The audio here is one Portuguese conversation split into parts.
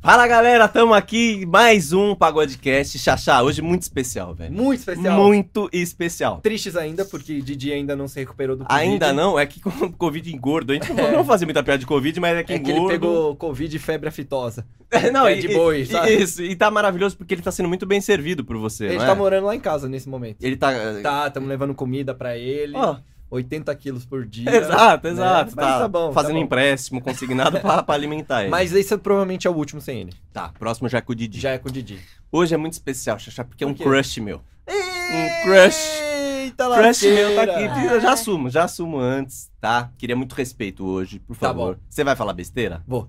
Fala galera, tamo aqui mais um Pagodecast. Xaxá, hoje muito especial, velho. Muito especial. Muito especial. Tristes ainda, porque Didi ainda não se recuperou do Covid. Ainda não, é que com o Covid engordo, a gente não não fazia muita piada de Covid, mas é que É que engordo. ele pegou Covid e febre aftosa. não, é e- de boi, e- sabe? Isso, e tá maravilhoso porque ele tá sendo muito bem servido por você, Ele não tá é? morando lá em casa nesse momento. Ele tá... Tá, estamos levando comida pra ele. Ó, 80 quilos por dia. exato, né? exato. Mas Tá, tá bom, tá fazendo bom. empréstimo, consignado pra, pra alimentar ele. Mas esse provavelmente é o último sem ele. Tá, próximo já é com o Didi. Já é com o Didi. Hoje é muito especial, Xaxá, porque é um Por quê? crush meu. Um crush. Eita, Crush meu tá lasqueira. aqui. Eu já assumo, já assumo antes, tá? Queria muito respeito hoje, por Tá favor. Você vai falar besteira? Vou.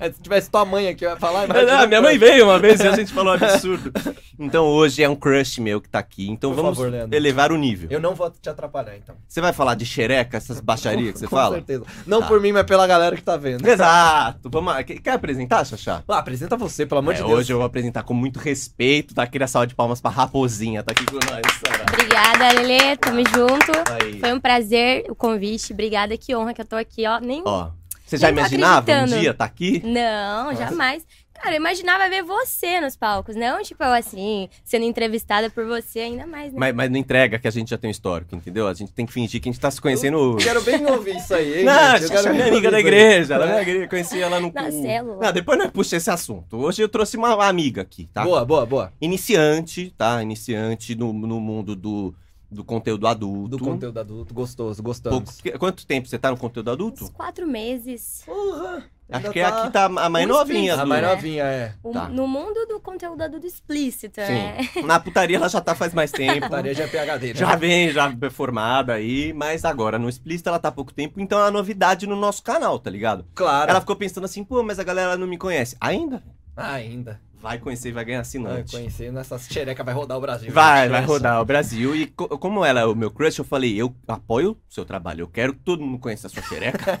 É, Se tivesse tua mãe aqui, eu ia falar. imagina Ah, minha o mãe crush. veio uma vez e a gente um falou absurdo. Então hoje é um crush meu que tá aqui. Então Por vamos favor, Leandro. elevar o nível. Eu não vou te atrapalhar, então. Você vai falar de xereca, essas baixarias que você Com fala? certeza. Não Tá. por mim, mas pela galera que tá vendo. Exato. Vamos lá. Quer quer apresentar, Xaxá? Ah, apresenta você, pelo amor É, de Deus. hoje eu vou apresentar com muito respeito, tá? Queria salva de palmas pra Raposinha, tá aqui com nós. Sara. Obrigada, Lelê. Tamo junto. Aí. Foi um prazer o convite. Obrigada, que honra que eu tô aqui, ó. Nem. Ó, você já Nem tô imaginava um acreditando. dia tá aqui? Não, Nossa. jamais. Cara, eu imaginava ver você nos palcos, não tipo eu assim, sendo entrevistada por você ainda mais, né? Mas, mas não entrega que a gente já tem um histórico, entendeu? A gente tem que fingir que a gente tá se conhecendo hoje. Quero bem ouvir isso aí, hein, Não, gente? Eu quero minha bem é amiga da ouvir isso aí. igreja, ela é minha igreja, conheci ela no Na cu. célula. Não, é depois nós puxa esse assunto. Hoje eu trouxe uma amiga aqui, tá? Boa, boa, boa. Iniciante, tá? Iniciante no, no mundo do, do conteúdo adulto. Do conteúdo adulto, gostoso, Pouco- gostamos. que- Quanto tempo você tá no conteúdo Uns adulto? quatro meses. Porra! Acho ainda que tá- aqui tá a mais Um novinha. espírito, A do- mais né? novinha, é. O- Tá. No mundo do conteúdo adulto explícito, né? Sim. Na putaria ela já tá faz mais tempo. Estaria já é PHD, né? Já vem, já é formada aí, mas agora no Explícito ela tá há pouco tempo, então é uma novidade no nosso canal, tá ligado? Claro. Ela ficou pensando assim, pô, mas a galera não me conhece. Ainda? Ah, Ainda. Vai conhecer e vai ganhar Ai, assinante. conhecendo essas xereca vai rodar o Brasil. vai, gente, vai essa. rodar o Brasil. E co- como ela é o meu crush, eu falei, eu apoio o seu trabalho. Eu quero que todo mundo conheça a sua xereca.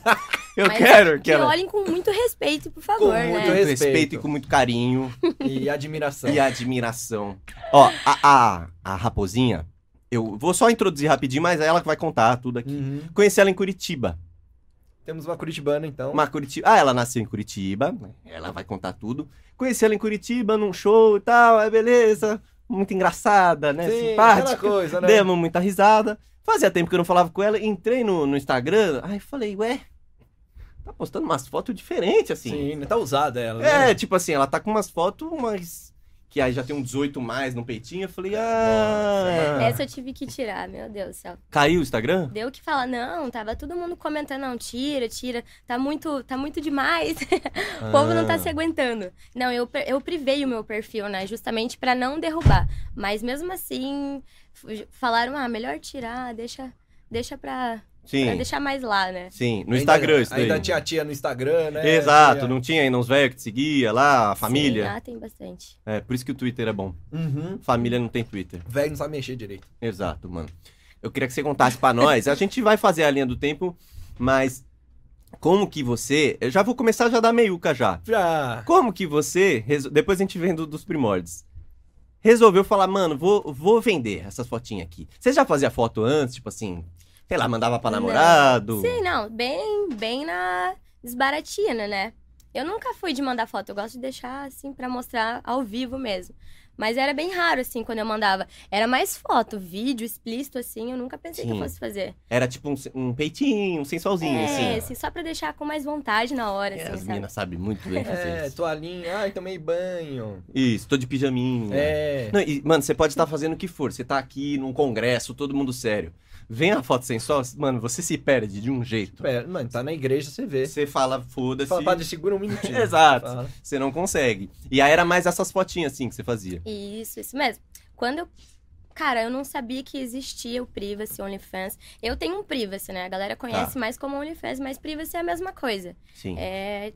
Eu Mas quero que Que ela... olhem com muito respeito, por favor, Com muito né? muito respeito. respeito e com muito carinho E admiração. e admiração. Ó, a, a, a Raposinha, eu vou só introduzir rapidinho, mas é ela que vai contar tudo aqui. Uhum. Conheci ela em Curitiba. Temos uma curitibana, então. Uma Curitiba. Ah, ela nasceu em Curitiba. Ela vai contar tudo. Conheci ela em Curitiba, num show e tal. É beleza. Muito engraçada, né? Sim, aquela Simpática. coisa, né? Demos muita risada. Fazia tempo que eu não falava com ela. Entrei no, no Instagram. Aí falei, ué, tá postando umas fotos diferentes, assim. Sim, tá usada ela, né? É, tipo assim, ela tá com umas fotos, mas. Que aí já tem um 18 mais no peitinho. Eu falei, ah. Nossa, Essa eu tive que tirar, meu Deus do céu. Caiu o Instagram? Deu o que falar, não, tava todo mundo comentando, não, tira, tira, tá muito, tá muito demais. Ah. O povo não tá se aguentando. Não, eu, per- eu privei o meu perfil, né? Justamente pra não derrubar. Mas mesmo assim, f- falaram, ah, melhor tirar, deixa, deixa pra, pra Sim. deixar mais lá, né? Sim, no Ainda- Instagram isso daí. Ainda tinha a tia no Instagram, né? Exato, Tinha- não tinha ainda uns velhos que te seguia lá, a família. Sim, ah, tem bastante. É, por isso que o Twitter é bom. Uhum. Família não tem Twitter. Velho não sabe mexer direito. Exato, mano. Eu queria que você contasse pra nós. A gente vai fazer a linha do tempo, mas como que você. Eu já vou começar já da meiuca já. Já. Como que você. resol- Depois a gente vem do- dos primórdios. Resolveu falar, mano, vou, vou vender essas fotinhas aqui. Você já fazia foto antes, tipo assim, sei lá, mandava pra Não. namorado? Sim, não, bem, bem na esbaratina, né? Eu nunca fui de mandar foto, eu gosto de deixar assim pra mostrar ao vivo mesmo. Mas era bem raro, assim, quando eu mandava. Era mais foto, vídeo explícito, assim, eu nunca pensei que Sim. eu fosse fazer. Era tipo um, um peitinho, um sensualzinho, é, assim. assim, só pra deixar com mais vontade na hora, assim, É, As sabe? meninas sabem muito bem fazer É, isso. toalhinha. Ai, tomei banho. Isso, tô de pijaminha. É. Não, e, mano, você pode estar fazendo o que for. Você tá aqui num congresso, todo mundo sério. Vem a foto sensual, mano, você se perde de um jeito. Pera, mano, tá na igreja, você vê. Você fala, foda-se. Fala, padre, segura um minutinho. Exato. Fala. Você não consegue. E aí era mais essas fotinhas assim que você fazia. Isso, isso mesmo. Quando eu. Cara, eu não sabia que existia o Privacy, OnlyFans. Eu tenho um Privacy, né? A galera conhece mais como OnlyFans, mas Privacy é a mesma coisa. Sim. É, É.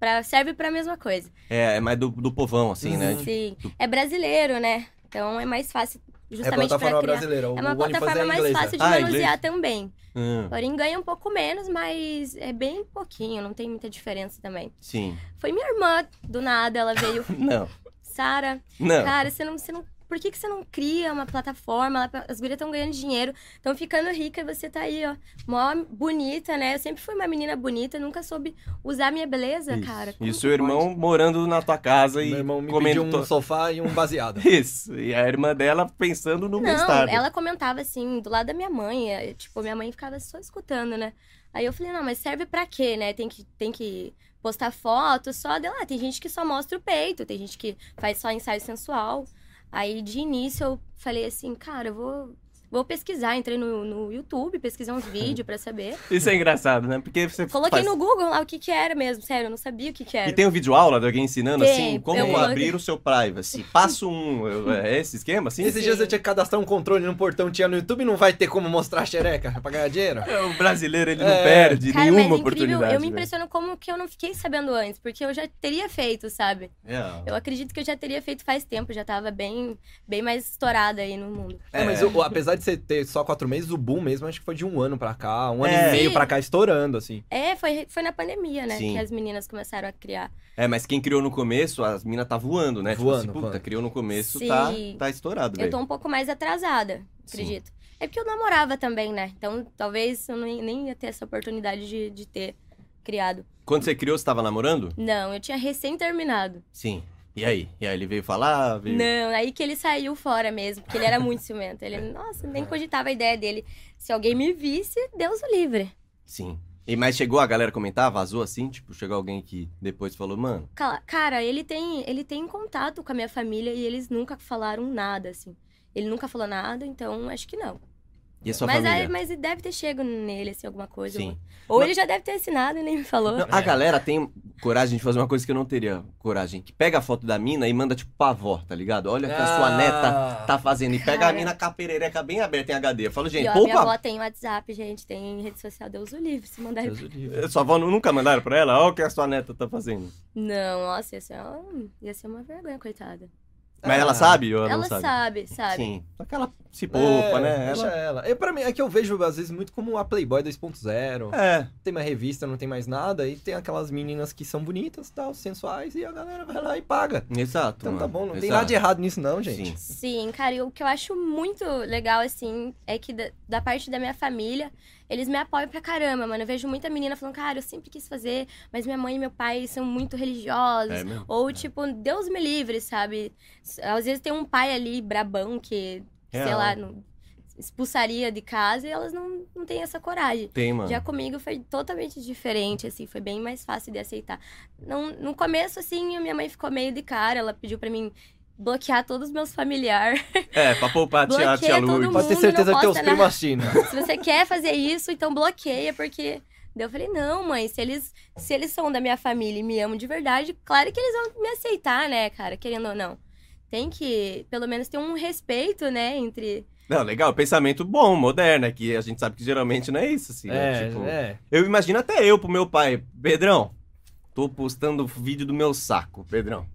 Pra, serve pra mesma coisa. é mais do, do povão, assim, né? Uhum. Tipo, Sim. É brasileiro, né? Então é mais fácil, É justamente pra plataforma criar. brasileira. É uma o OnlyFans plataforma é mais inglesa. fácil de Ah, é manusear também. hum, Porém, ganha um pouco menos, mas é bem pouquinho, não tem muita diferença também. sim. Foi minha irmã, do nada, ela veio. Não, Sara, não. Ah. Cara, você não, você não por que, que você não cria uma plataforma? Lá pra- As gurias estão ganhando dinheiro, estão ficando rica e você tá aí, ó. Mó bonita, né? Eu sempre fui uma menina bonita, nunca soube usar minha beleza, cara. Como E que seu irmão morando na tua casa e Meu irmão me pediu comentou. um sofá e um baseado. Isso. E a irmã dela pensando no Não, bem-estar. ela comentava assim, do lado da minha mãe. eh, Tipo, minha mãe ficava só escutando, né? Aí eu falei, não, mas serve pra quê, né? Tem que, tem que postar foto só dela. Ah, Tem gente que só mostra o peito, tem gente que faz só ensaio sensual. Aí de início eu falei assim, cara, eu vou, vou pesquisar. Entrei no, no YouTube, pesquisei uns vídeos pra saber. Isso é engraçado, né? Porque você Coloquei faz- no Google lá o que que era mesmo, sério, eu não sabia o que que era. E tem um vídeo aula de alguém ensinando É. Tem, assim, como eu coloquei. abrir o seu privacy. Passo um, eu- é esse esquema assim? Esses dias eu tinha que cadastrar um controle no portão, tinha no YouTube, não vai ter como mostrar a xereca pra ganhar dinheiro? É, O brasileiro, ele não É. perde Cara, mas é nenhuma incrível, oportunidade. né? eu me velho. impressiono como que eu não fiquei sabendo antes, porque eu já teria feito, sabe? É. Eu acredito que eu já teria feito faz tempo, já tava bem, bem mais estourada aí no mundo. É, mas o- o- apesar de você ter só quatro meses, o boom mesmo acho que foi de um ano pra cá, um ano É. e meio Sim. pra cá, estourando, assim. É, foi, foi na pandemia, né? Sim. Que as meninas começaram a criar. É, mas quem criou no começo, as minas tá voando, né? Voando, tipo assim, puta, voando. criou no começo, Sim. tá, tá estourado, Eu velho. tô um pouco mais atrasada, Sim. acredito. É porque eu namorava também, né? Então talvez eu nem, nem ia ter essa oportunidade de, de ter criado. Quando você criou, você tava namorando? Não, eu tinha recém terminado. Sim. E aí? E aí ele veio falar? Veio... Não, aí que ele saiu fora mesmo, porque ele era muito ciumento. Ele, nossa, nem cogitava a ideia dele. Se alguém me visse, Deus o livre. Sim. E mas chegou a galera comentar, vazou assim, tipo, chegou alguém que depois falou, mano, Cala- Cara, ele tem, ele tem contato com a minha família e eles nunca falaram nada, assim. Ele nunca falou nada, então acho que não. e a sua mas, família? aí- mas deve ter chego nele, assim, alguma coisa. Sim. Ou Mas- ele já deve ter assinado e nem me falou. Não, a galera tem coragem de fazer uma coisa que eu não teria coragem, que pega a foto da mina e manda tipo pra avó, tá ligado? Olha o que a sua neta Ah. tá fazendo e pega a Ah. Cara. mina com a perereca bem aberta em HD. Eu falo, e gente, ó, minha poupa. avó tem WhatsApp, gente, tem rede social, Deus o livre, se mandar. Deus o livre. Sua avó nu- nunca mandaram pra ela? Olha o que a sua neta tá fazendo. Não, nossa, ia ser, uma- ia ser uma vergonha, coitada. Mas Ah. ela sabe ou ela, Ela não sabe? sabe, sabe? Sim. Só que ela se poupa, É, né? Deixa Ela... ela. É, pra mim, é que eu vejo, às vezes, muito como a Playboy 2.0. É. Tem uma revista, não tem mais nada, e tem aquelas meninas que são bonitas, tal, sensuais, e a galera vai lá e paga. Exato. Então mano. tá bom, não tem Exato. nada de errado nisso não, gente. Sim. Sim, cara, e o que eu acho muito legal, assim, é que da, da parte da minha família, eles me apoiam pra caramba, mano. Eu vejo muita menina falando, cara, eu sempre quis fazer, mas minha mãe e meu pai são muito religiosos. É mesmo. Ou, tipo, Deus me livre, sabe? S- Às vezes tem um pai ali, brabão, que, sei Real. lá, não- expulsaria de casa e elas não, não têm essa coragem. Tem, mano. Já comigo foi totalmente diferente, assim, foi bem mais fácil de aceitar. Não, no começo, assim, a minha mãe ficou meio de cara, ela pediu pra mim bloquear todos os meus familiares. É, pra poupar a tia, a tia Bloqueia todo Lourdes. mundo. Pode ter certeza não que teus posta primos assim, né? assinam. Se você quer fazer isso, então bloqueia, porque. Daí eu falei, não, mãe, se eles, se eles são da minha família e me amam de verdade, claro que eles vão me aceitar, né, cara, querendo ou não. Tem que, pelo menos, ter um respeito, né, entre. Não, legal, pensamento bom, moderno, é que a gente sabe que geralmente não é isso, assim. né? É, Tipo, é. Eu imagino até eu pro meu pai, Pedrão, tô postando vídeo do meu saco, Pedrão.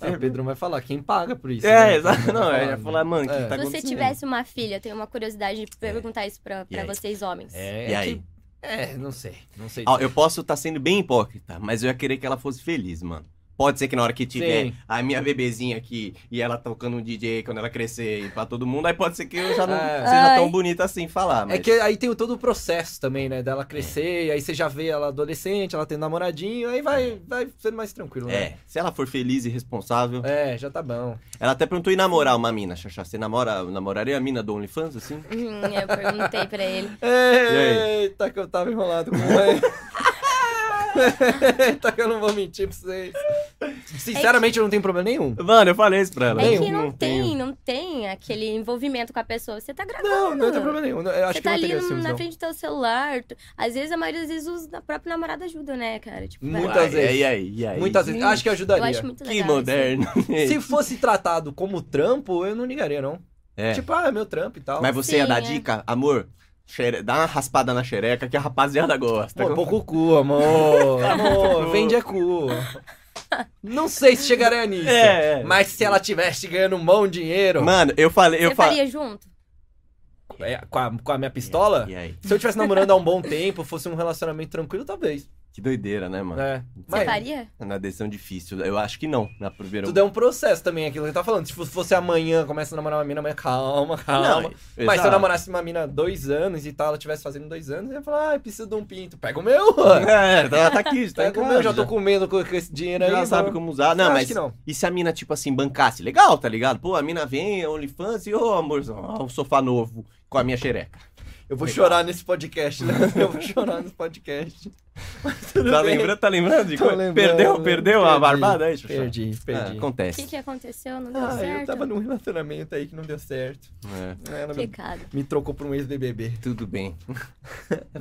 Ah, o Pedro vai falar, quem paga por isso? é, né? exato. Não, Vai eu ia falar, mano, o que, que É. tá Se você acontecendo? É. tivesse uma filha, eu tenho uma curiosidade de perguntar isso pra, pra aí? vocês, homens. É, E é aí? que- É, não sei, não sei. Ó, eu posso estar sendo bem hipócrita, mas eu ia querer que ela fosse feliz, mano. Pode ser que na hora que tiver Sim. a minha bebezinha aqui e ela tocando um DJ quando ela crescer e pra todo mundo, aí pode ser que eu já não É. seja tão Ai. bonita assim falar, mas... É que aí tem o- todo o processo também, né? É. Dela crescer, e aí você já vê ela adolescente, ela tendo namoradinho, aí vai, vai sendo mais tranquilo, né? É, se ela for feliz e responsável. É, já tá bom. Ela até perguntou: e namorar uma mina, Xaxá? Você namora, namoraria a mina do OnlyFans, assim? Hum, eu perguntei pra ele. aí? Eita, que eu tava enrolado com ele. Eita, que eu não vou mentir pra vocês. Sinceramente, eu não tenho problema nenhum. Mano, eu falei isso pra ela. É Tem, um- que não Não tem, não tem aquele envolvimento com a pessoa. Você tá gravando. Não, não tem problema nenhum. Eu acho Você que eu tá não ali teria ciúmes, na não. frente do teu celular. tu- Às vezes, a maioria das vezes, os- a própria namorada ajuda, né, cara? Tipo, vai Muitas lá. Ai, vezes. ai, ai, ai. Muitas vezes. Hum. Acho que né? Eu ajudaria. acho muito Que legal. moderno. Se fosse tratado como trampo, eu não ligaria, não. É. Tipo, ah, é meu trampo e tal. Mas você Sim, ia dar é. dica, amor? xere- Dá uma raspada na xereca que a rapaziada gosta. Pô, pouco cu, amor. amor, vende é cu. Não sei se chegaria nisso. É, é. Mas se ela tivesse ganhando um bom dinheiro Mano, eu falei. Você Eu falei. faria junto? é, com, a, com a minha pistola, E aí? se eu tivesse namorando há um bom tempo, fosse um relacionamento tranquilo, talvez. Que doideira, né, mano? É. Você Mas faria? Na decisão difícil. Eu acho que não, na primeira. tudo é um processo também, aquilo que tá falando. Se fosse amanhã, começa a namorar uma mina, amanhã, calma, calma. Não, é Ah, Mas se eu exato. namorasse uma mina há dois anos e tal, ela tivesse fazendo dois anos, eu ia falar, ah, preciso de um pinto. Pega o meu, mano. É, tá, tá aqui, tá em Pega o meu, casa, já tô comendo com com esse dinheiro aí. já mano. sabe como usar. Eu Não, acho mas que não. e se a mina, tipo assim, bancasse? Legal, tá ligado? Pô, a mina vem, é OnlyFans, e ô, amorzão, ó, um sofá novo com a minha xereca. Eu vou Legal. chorar nesse podcast, né? Eu vou chorar nesse podcast. Mas tudo Tá bem. lembrando, tá lembrando de Tô coisa? lembrando. né? Perdeu, perdeu a Perdi, barbada? aí, Xuxa? Perdi, Ah, perdi. O acontece. que, que aconteceu? Não deu Ah, certo? eu tava num relacionamento aí que não deu certo. É, Ela me, Complicado. me trocou pra um ex-BBB. tudo bem.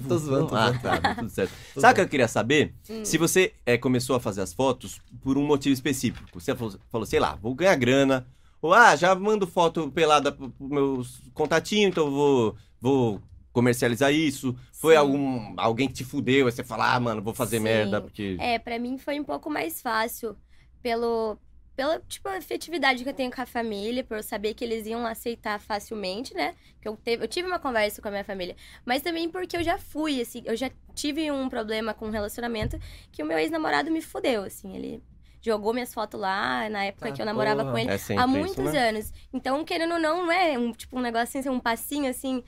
Tô zoando, né? tô Ah, zoando. tá, tudo certo. Sabe Tô o zoando. que eu queria saber? Hum. Se você é, começou a fazer as fotos por um motivo específico. Você falou, falou, sei lá, vou ganhar grana. Ou, ah, já mando foto pelada pro pro meus contatinhos, então eu vou, vou comercializar isso. Foi Sim. algum, alguém que te fudeu, aí você fala, ah, mano, vou fazer Sim. merda, porque... É, pra mim foi um pouco mais fácil pelo pela tipo afetividade que eu tenho com a família, por eu saber que eles iam aceitar facilmente, né? Que eu teve, eu tive uma conversa com a minha família, mas também porque eu já fui assim, eu já tive um problema com um relacionamento que o meu ex-namorado me fudeu, assim, ele jogou minhas fotos lá na época Ah, que eu namorava porra. com ele É sempre há isso, muitos né? anos. Então, querendo ou não, não é um, tipo, um negocinho, assim, um passinho assim.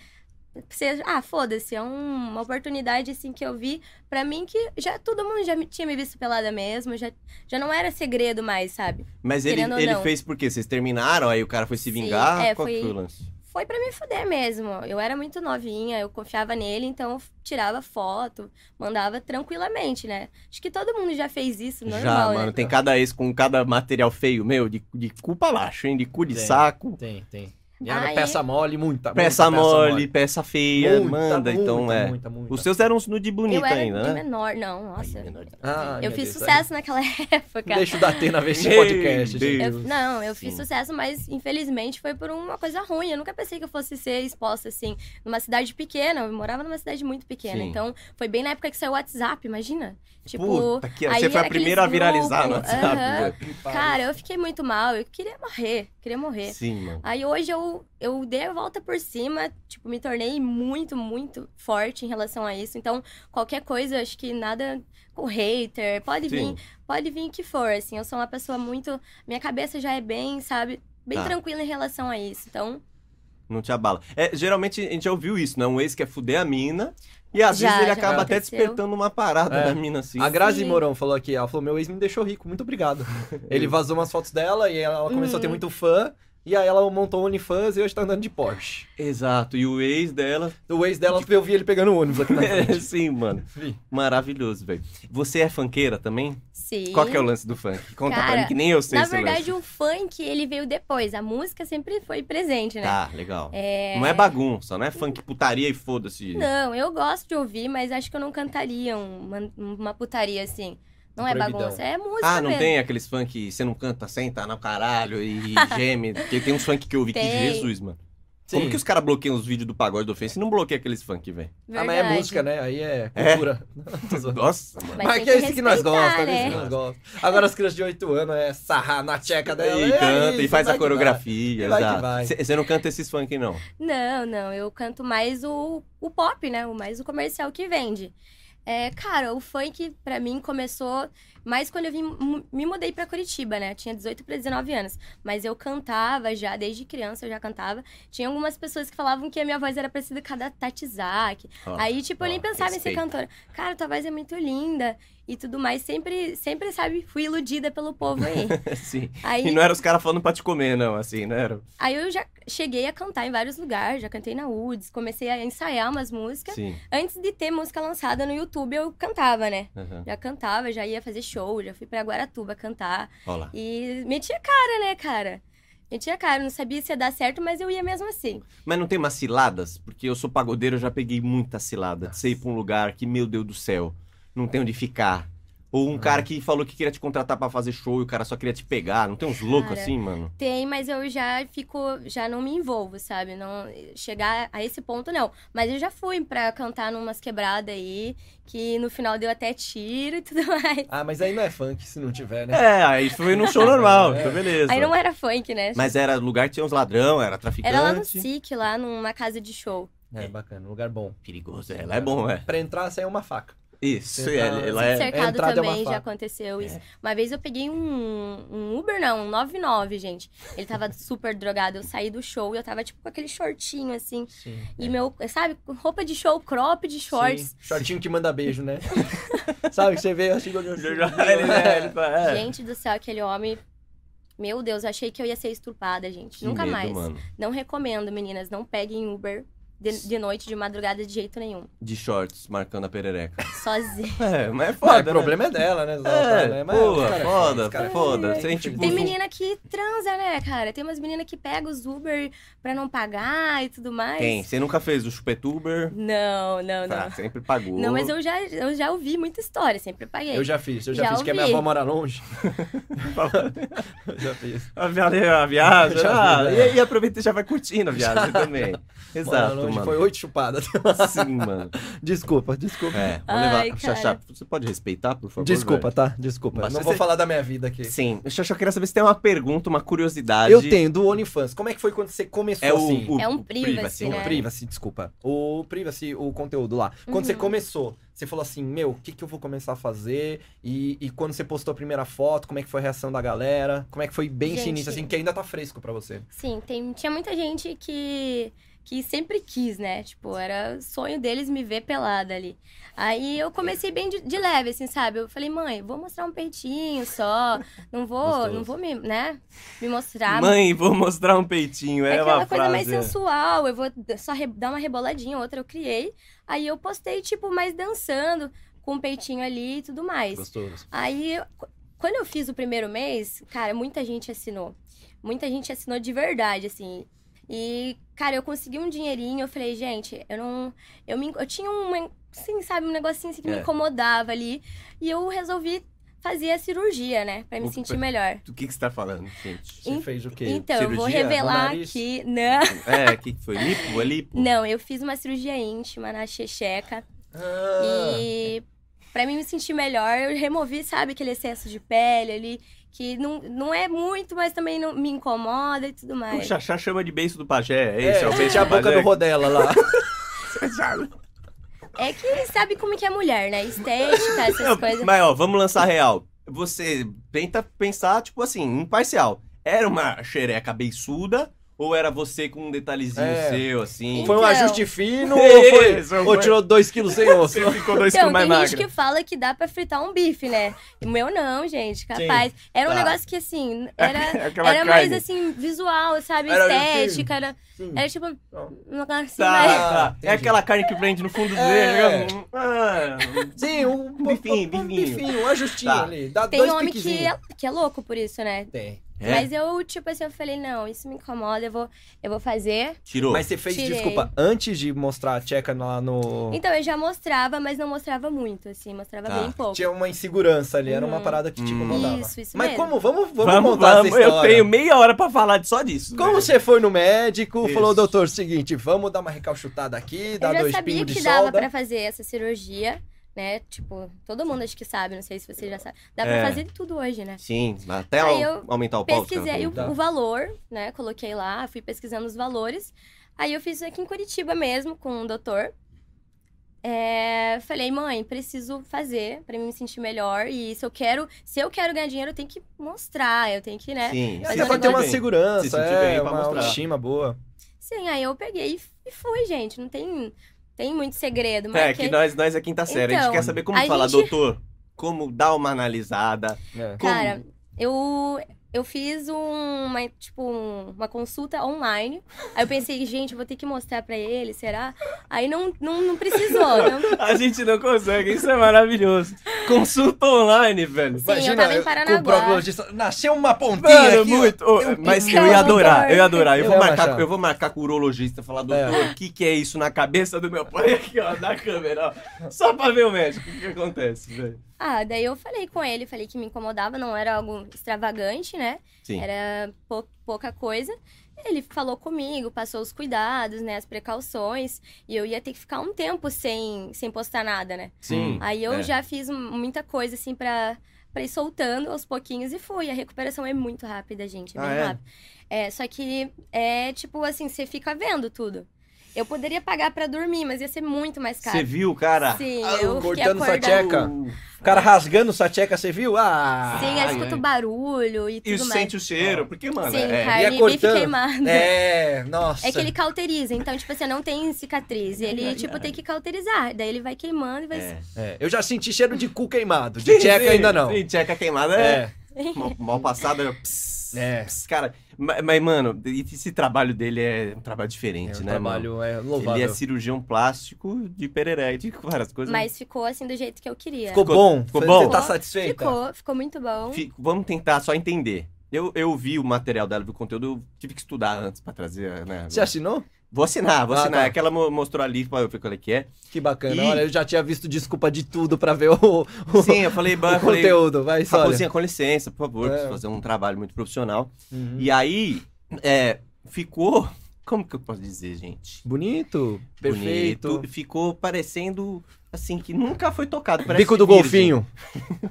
pra Você, ah, foda-se, é um- uma oportunidade assim que eu vi pra mim que já todo mundo já me- tinha me visto pelada mesmo, já, já não era segredo mais, sabe? Mas ele, Querendo ou ele não. fez por quê? Vocês terminaram, aí o cara foi se Sim, vingar? é, Qual que foi- foi o lance? Foi pra me fuder mesmo. Eu era muito novinha, eu confiava nele, então eu tirava foto, mandava tranquilamente, né? Acho que todo mundo já fez isso, normal, Já, né? mano, tem cada ex com cada material feio, meu, de, de cu pra baixo, hein? De cu de Tem. saco. Tem, tem. E era Aí- peça mole, muita. Peça muita mole, peça feia, Muita, manda, muita, então é. Muita, muita. Os seus eram uns nude eu bonito era ainda, de né? menor, não, nossa. Ai, menor de- Ah, eu meu fiz Deus, sucesso naquela aí- época. Deixa o Datena ver esse Meu podcast, gente. Deus. Eu- não, eu fiz Sim. sucesso, mas infelizmente foi por uma coisa ruim. Eu nunca pensei que eu fosse ser exposta assim, numa cidade pequena. Eu morava numa cidade muito pequena. Sim. Então, foi bem na época que saiu o WhatsApp, imagina? Tipo, Puta, que, aí você foi a era primeira a aqueles viralizar né? no grupos, WhatsApp. aham. velho. cara, eu fiquei muito mal. Eu queria morrer, queria morrer. Sim, mano. Aí hoje eu, eu dei a volta por cima, tipo, me tornei muito, muito forte em relação a isso. Então, qualquer coisa, acho que nada com hater, pode vir Sim. pode vir o que for, assim. Eu sou uma pessoa muito. Minha cabeça já é bem, sabe? Bem Tá. tranquila em relação a isso. Então, Não te abala. É, geralmente a gente já ouviu isso, né? Um ex quer fuder a mina e às Já, vezes ele já acaba até aconteceu. despertando uma parada É. da mina assim. A Grazi Sim. Mourão falou aqui, ela falou, meu ex me deixou rico, muito obrigado. Ele vazou umas fotos dela e ela começou a Hum. ter muito fã. E aí ela montou o OnlyFans e hoje tá andando de Porsche. Exato, e o ex dela. O ex dela, eu vi ele pegando o ônibus aqui na frente. Sim, mano. Vi. Maravilhoso, velho. Você é funkeira também? sim. Qual que é o lance do funk? Conta pra Cara, mim que nem eu sei Na esse lance. verdade, o funk, ele veio depois. A música sempre foi presente, né? Tá, legal. É... Não é bagunça, não é funk putaria e foda-se. Não, eu gosto de ouvir, mas acho que eu não cantaria um, uma, uma putaria assim. Não é Proibidão. bagunça, é música Ah, não mesmo. tem aqueles funk, você não canta, senta no caralho e geme. Porque tem uns funk que eu ouvi que Tem. Jesus, mano. Sim. Como que os caras bloqueiam os vídeos do pagode do Face e não bloqueia aqueles funk, velho? Ah, mas é Verdade. música, né? Aí é É. cultura. Tô zoando. Nossa, mano. Mas Mas tem que é que isso que nós respeitar, gostamos, é isso né? que nós gostamos. Agora as crianças de 8 anos é sarrar na tcheca dela. E um canta, e faz aí, é vai a que vai. coreografia, E vai que vai. exato. Você não canta esses funk, não. Não, não, eu canto mais o, o pop, né? O mais o comercial que vende. É, cara, o funk pra mim começou mais quando eu vim, mu- me mudei pra Curitiba, né? Eu tinha 18 pra 19 anos, mas eu cantava já desde criança, eu já cantava. Tinha algumas pessoas que falavam que a minha voz era parecida com a da Tati Zak. Ó, Aí tipo, eu nem Ah, ó, pensava em ser respeito. cantora. Cara, tua voz é muito linda e tudo mais. Sempre, sempre, sabe, fui iludida pelo povo aí. Sim. Aí E não eram os caras falando pra te comer, não, assim, não era? Aí eu já cheguei a cantar em vários lugares, já cantei na UDS, comecei a ensaiar umas músicas. Sim. Antes de ter música lançada no YouTube, eu cantava, né? Aham. Já cantava, já ia fazer show, já fui pra Guaratuba cantar. Ó lá. E metia cara, né, cara? Metia cara, não sabia se ia dar certo, mas eu ia mesmo assim. Mas não tem umas ciladas? Porque eu sou pagodeiro, eu já peguei muita cilada. De Você ir pra um lugar que, meu Deus do céu, não tem onde ficar. Ou um Ah. cara que falou que queria te contratar pra fazer show e o cara só queria te pegar. Não tem uns loucos Cara. assim, mano? Tem, mas eu já fico, já não me envolvo, sabe? Não chegar a esse ponto não. Mas eu já fui pra cantar numas quebradas aí, que no final deu até tiro e tudo mais. Ah, mas aí não é funk se não tiver, né? É, aí foi num show normal, É. então beleza. Aí não era funk, né? Mas era lugar que tinha uns ladrão, era traficante. Era lá no SIC, lá numa casa de show. É, bacana, um lugar bom. Perigoso, ela é bom, é. Pra entrar, sai uma faca. Isso, Você tá- ela, ela é. a cercado entrada é uma também, faca. já aconteceu isso. Uma vez eu peguei um, um Uber, não, um 99, gente. Ele tava super drogado. Eu saí do show e eu tava, tipo, com aquele shortinho, assim. Sim. É. E meu, sabe, com roupa de show, crop de shorts. Sim. Shortinho que manda beijo, né? Sabe que você vê, assim, acho que Ele, né, ele fala, é. Gente do céu, aquele homem. Meu Deus, eu achei que eu ia ser estuprada, gente. Que Nunca medo, mais. Mano. Não recomendo, meninas. Não peguem Uber de, de noite, de madrugada, de jeito nenhum. De shorts marcando a perereca. Sozinha. É, mas é Foda, foda. o problema é dela, né? É, né? boa, os cara- foda, os cara- é né? foda. Ai, Tem, ai, tipo, Tem um- menina que transa, né, cara? Tem umas meninas que pegam os Uber pra não pagar e tudo mais. Tem. Você nunca fez o chupetuber? Não, não, Tá, não. sempre pagou. Não, mas eu já, eu já ouvi muita história, sempre paguei. Eu já fiz, eu já, Já fiz, porque a minha ouvi. avó mora longe. eu já fiz. A viagem, a viagem. Já ah, vi, né? e, e aproveita e já vai curtindo a viagem também. Exato, Mora longe, mano. Foi oito chupadas. Sim, mano. Desculpa, desculpa. É, vou Ai, levar. cara. Xaxá, você pode respeitar, por favor? Desculpa, tá? Desculpa. Mas não você- vou falar da minha vida aqui. velho? Sim. Xaxá, eu queria saber se tem uma pergunta, uma curiosidade. Eu tenho, do OnlyFans. Como é que foi quando você começou É o, assim? o- É um o privacy, O né? privacy, desculpa. O privacy, o conteúdo lá. Quando Uhum. você começou, você falou assim, meu, o que, que eu vou começar a fazer? E, e quando você postou a primeira foto, como é que foi a reação da galera? Como é que foi bem esse Gente. início, assim, que ainda tá fresco pra você? Sim, tem, tinha muita gente que, que sempre quis, né? Tipo, era sonho deles me ver pelada ali. Aí eu comecei bem de, de leve, assim, sabe? Eu falei, mãe, vou mostrar um peitinho só. Não vou, Gostoso. não vou me, né? Me mostrar. Mãe, vou mostrar um peitinho. É, uma É aquela coisa frase. mais sensual, eu vou d- só re- dar uma reboladinha, outra eu criei. Aí eu postei, tipo, mais dançando, com o peitinho ali e tudo mais. Gostoso. Aí, eu- qu- quando eu fiz o primeiro mês, cara, muita gente assinou. Muita gente assinou de verdade, assim. E, cara, eu consegui um dinheirinho, eu falei, gente, eu não. Eu, me, eu tinha uma. Assim, sabe, um negocinho assim que É. me incomodava ali. E eu resolvi fazer a cirurgia, né? Pra me Opa. sentir melhor. Do que, que você tá falando, gente? Você Em- fez o quê? então, eu vou Cirurgia no revelar nariz? que. Não, É, o que que foi? Lipo? É lipo? não, eu fiz uma cirurgia íntima na checheca. Ah, E pra mim me sentir melhor, eu removi, sabe, aquele excesso de pele ali, que não, não é muito, mas também não me incomoda e tudo O mais. Xaxá chama de beijo do pajé, é É, isso? É, o você beijo tinha a do boca pajé. do Rodela lá. É que sabe como que é mulher, né? Estética, essas Não, coisas. Mas ó, vamos lançar real. Você tenta pensar, tipo assim, imparcial. Era uma xereca beiçuda ou era você com um detalhezinho É. seu, assim? Foi um Então. ajuste fino ou, foi- Isso, ou foi. tirou dois quilos sem osso? Você ficou dois Então, quilos é mais tem gente magro. que fala que dá pra fritar um bife, né? O meu não, gente, capaz. Era um tá. negócio que, assim, era, É Aquela era mais, carne. assim, visual, sabe? Era Estética, era, Sim. era tipo... um negocinho mais- Tá, tá. É Entendi. aquela carne que prende no fundo do É. dele. Ah, Sim, um, bifinho, um, um bifinho. bifinho, um ajustinho Tá. ali. Dá Tem dois homem que piquezinhos. é, que é louco por isso, né? Tem. é? Mas eu, tipo assim, eu falei, não, isso me incomoda, eu vou, eu vou fazer. Tirou. Mas você fez, Tirei. desculpa, antes de mostrar a tcheca lá no... Então, eu já mostrava, mas não mostrava muito, assim, mostrava Tá. bem pouco. Tinha uma insegurança ali, era uma Hum. parada que te Hum. incomodava. Isso, isso Mas mesmo. como? Vamos, vamos, vamos, montar vamos. essa Eu história. tenho meia hora pra falar só disso. Como né? você foi no médico, Isso. falou, doutor, seguinte, vamos dar uma recalchutada aqui, dar eu já dois sabia pingos de que dava solda. pra fazer essa cirurgia, né? Tipo, todo mundo acho que sabe, não sei se você já sabe. Dá É. pra fazer tudo hoje, né? Sim, até Aí au- eu aumentar o pau. Pesquisei o, cara. Tá. o valor, né? Coloquei lá, fui pesquisando os valores. Aí eu fiz isso aqui em Curitiba mesmo, com um doutor. É, falei, mãe, preciso fazer pra mim me sentir melhor. E se eu quero, se eu quero ganhar dinheiro, eu tenho que mostrar, eu tenho que, né? Sim, Mas sim, Até sim. pra ter uma Bem. Se segurança, sentir é, bem pra uma mostrar. autoestima boa. Sim, aí eu peguei e f- e fui, gente. Não tem, tem muito segredo, mas É, que nós, nós é quinta série, a gente Então, quer saber como a falar, gente- doutor, como dar uma analisada. É. Como... Cara, eu, eu fiz um- uma, tipo, um- uma consulta online. Aí eu pensei, gente, eu vou ter que mostrar pra ele, será? Aí não, não, não precisou. né? não- A gente não consegue, isso é maravilhoso. Consulta online, velho. Sim, eu tava em Paranaguá. o proctologista, nasceu uma pontinha Mano, aqui, ó. muito. Ô, Eu- mas Então, eu ia adorar, eu ia adorar. Eu, Eu vou, ia marcar, achar. eu vou marcar com o urologista, falar, doutor, o que, que é isso na cabeça do meu pai? Aqui, ó, na câmera, ó. Só pra ver o médico, o que que acontece, velho. Ah, daí eu falei com ele, falei que me incomodava, não era algo extravagante, né? Sim. Era pou- pouca coisa. Ele falou comigo, passou os cuidados, né, as precauções, e eu ia ter que ficar um tempo sem, sem postar nada, né? Sim. Aí eu É. já fiz m- muita coisa, assim, pra, pra ir soltando aos pouquinhos e fui. A recuperação é muito rápida, gente. É Ah, bem é? rápida. É, só que é tipo assim, você fica vendo tudo. Eu poderia pagar pra dormir, mas ia ser muito mais caro. Você viu, cara? Sim, Ah, eu fiquei cortando sua acordada. tcheca. O cara rasgando sua tcheca, você viu? Ah! Sim, eu escuto barulho e tudo E mais. sente o cheiro, porque, mano, Sim, é, ia carne, bife cortando. queimado. É, nossa. É que ele cauteriza, então, tipo assim, não tem cicatriz. Ele, Ai, ai, tipo, ai. tem que cauterizar. Daí ele vai queimando e vai. é. É, eu já senti cheiro de cu queimado. De tcheca ainda não. Sim, tcheca queimada é. É. Mal, mal passada, eu- pss, É. pss, cara. Mas, mas, mano, e- esse trabalho dele é um trabalho É, diferente, o né, mano? trabalho é louvável. Ele é cirurgião plástico de pereré, de várias coisas. Mas ficou assim do jeito que eu queria. Ficou Ficou- bom? ficou Você bom? tá satisfeita? ficou, ficou muito bom. Fi- Vamos tentar só entender. Eu, eu vi o material dela, vi o conteúdo, eu tive que estudar antes pra trazer, né? Você assinou? Vou assinar, vou Ah, assinar. tá. É que ela mo- mostrou ali, pra eu ver qual é que é. Que bacana. Ih. Olha, eu já tinha visto desculpa de tudo pra ver o, o- Sim, eu falei, o bah, eu falei, conteúdo. Vai, só. olha. Raposinha, com licença, por favor, É. preciso fazer um trabalho muito profissional. Uhum. E aí, é, ficou. Como que eu posso dizer, gente? Bonito, perfeito. Bonito, Ficou parecendo assim que nunca foi tocado. parece Bico do virgem. golfinho.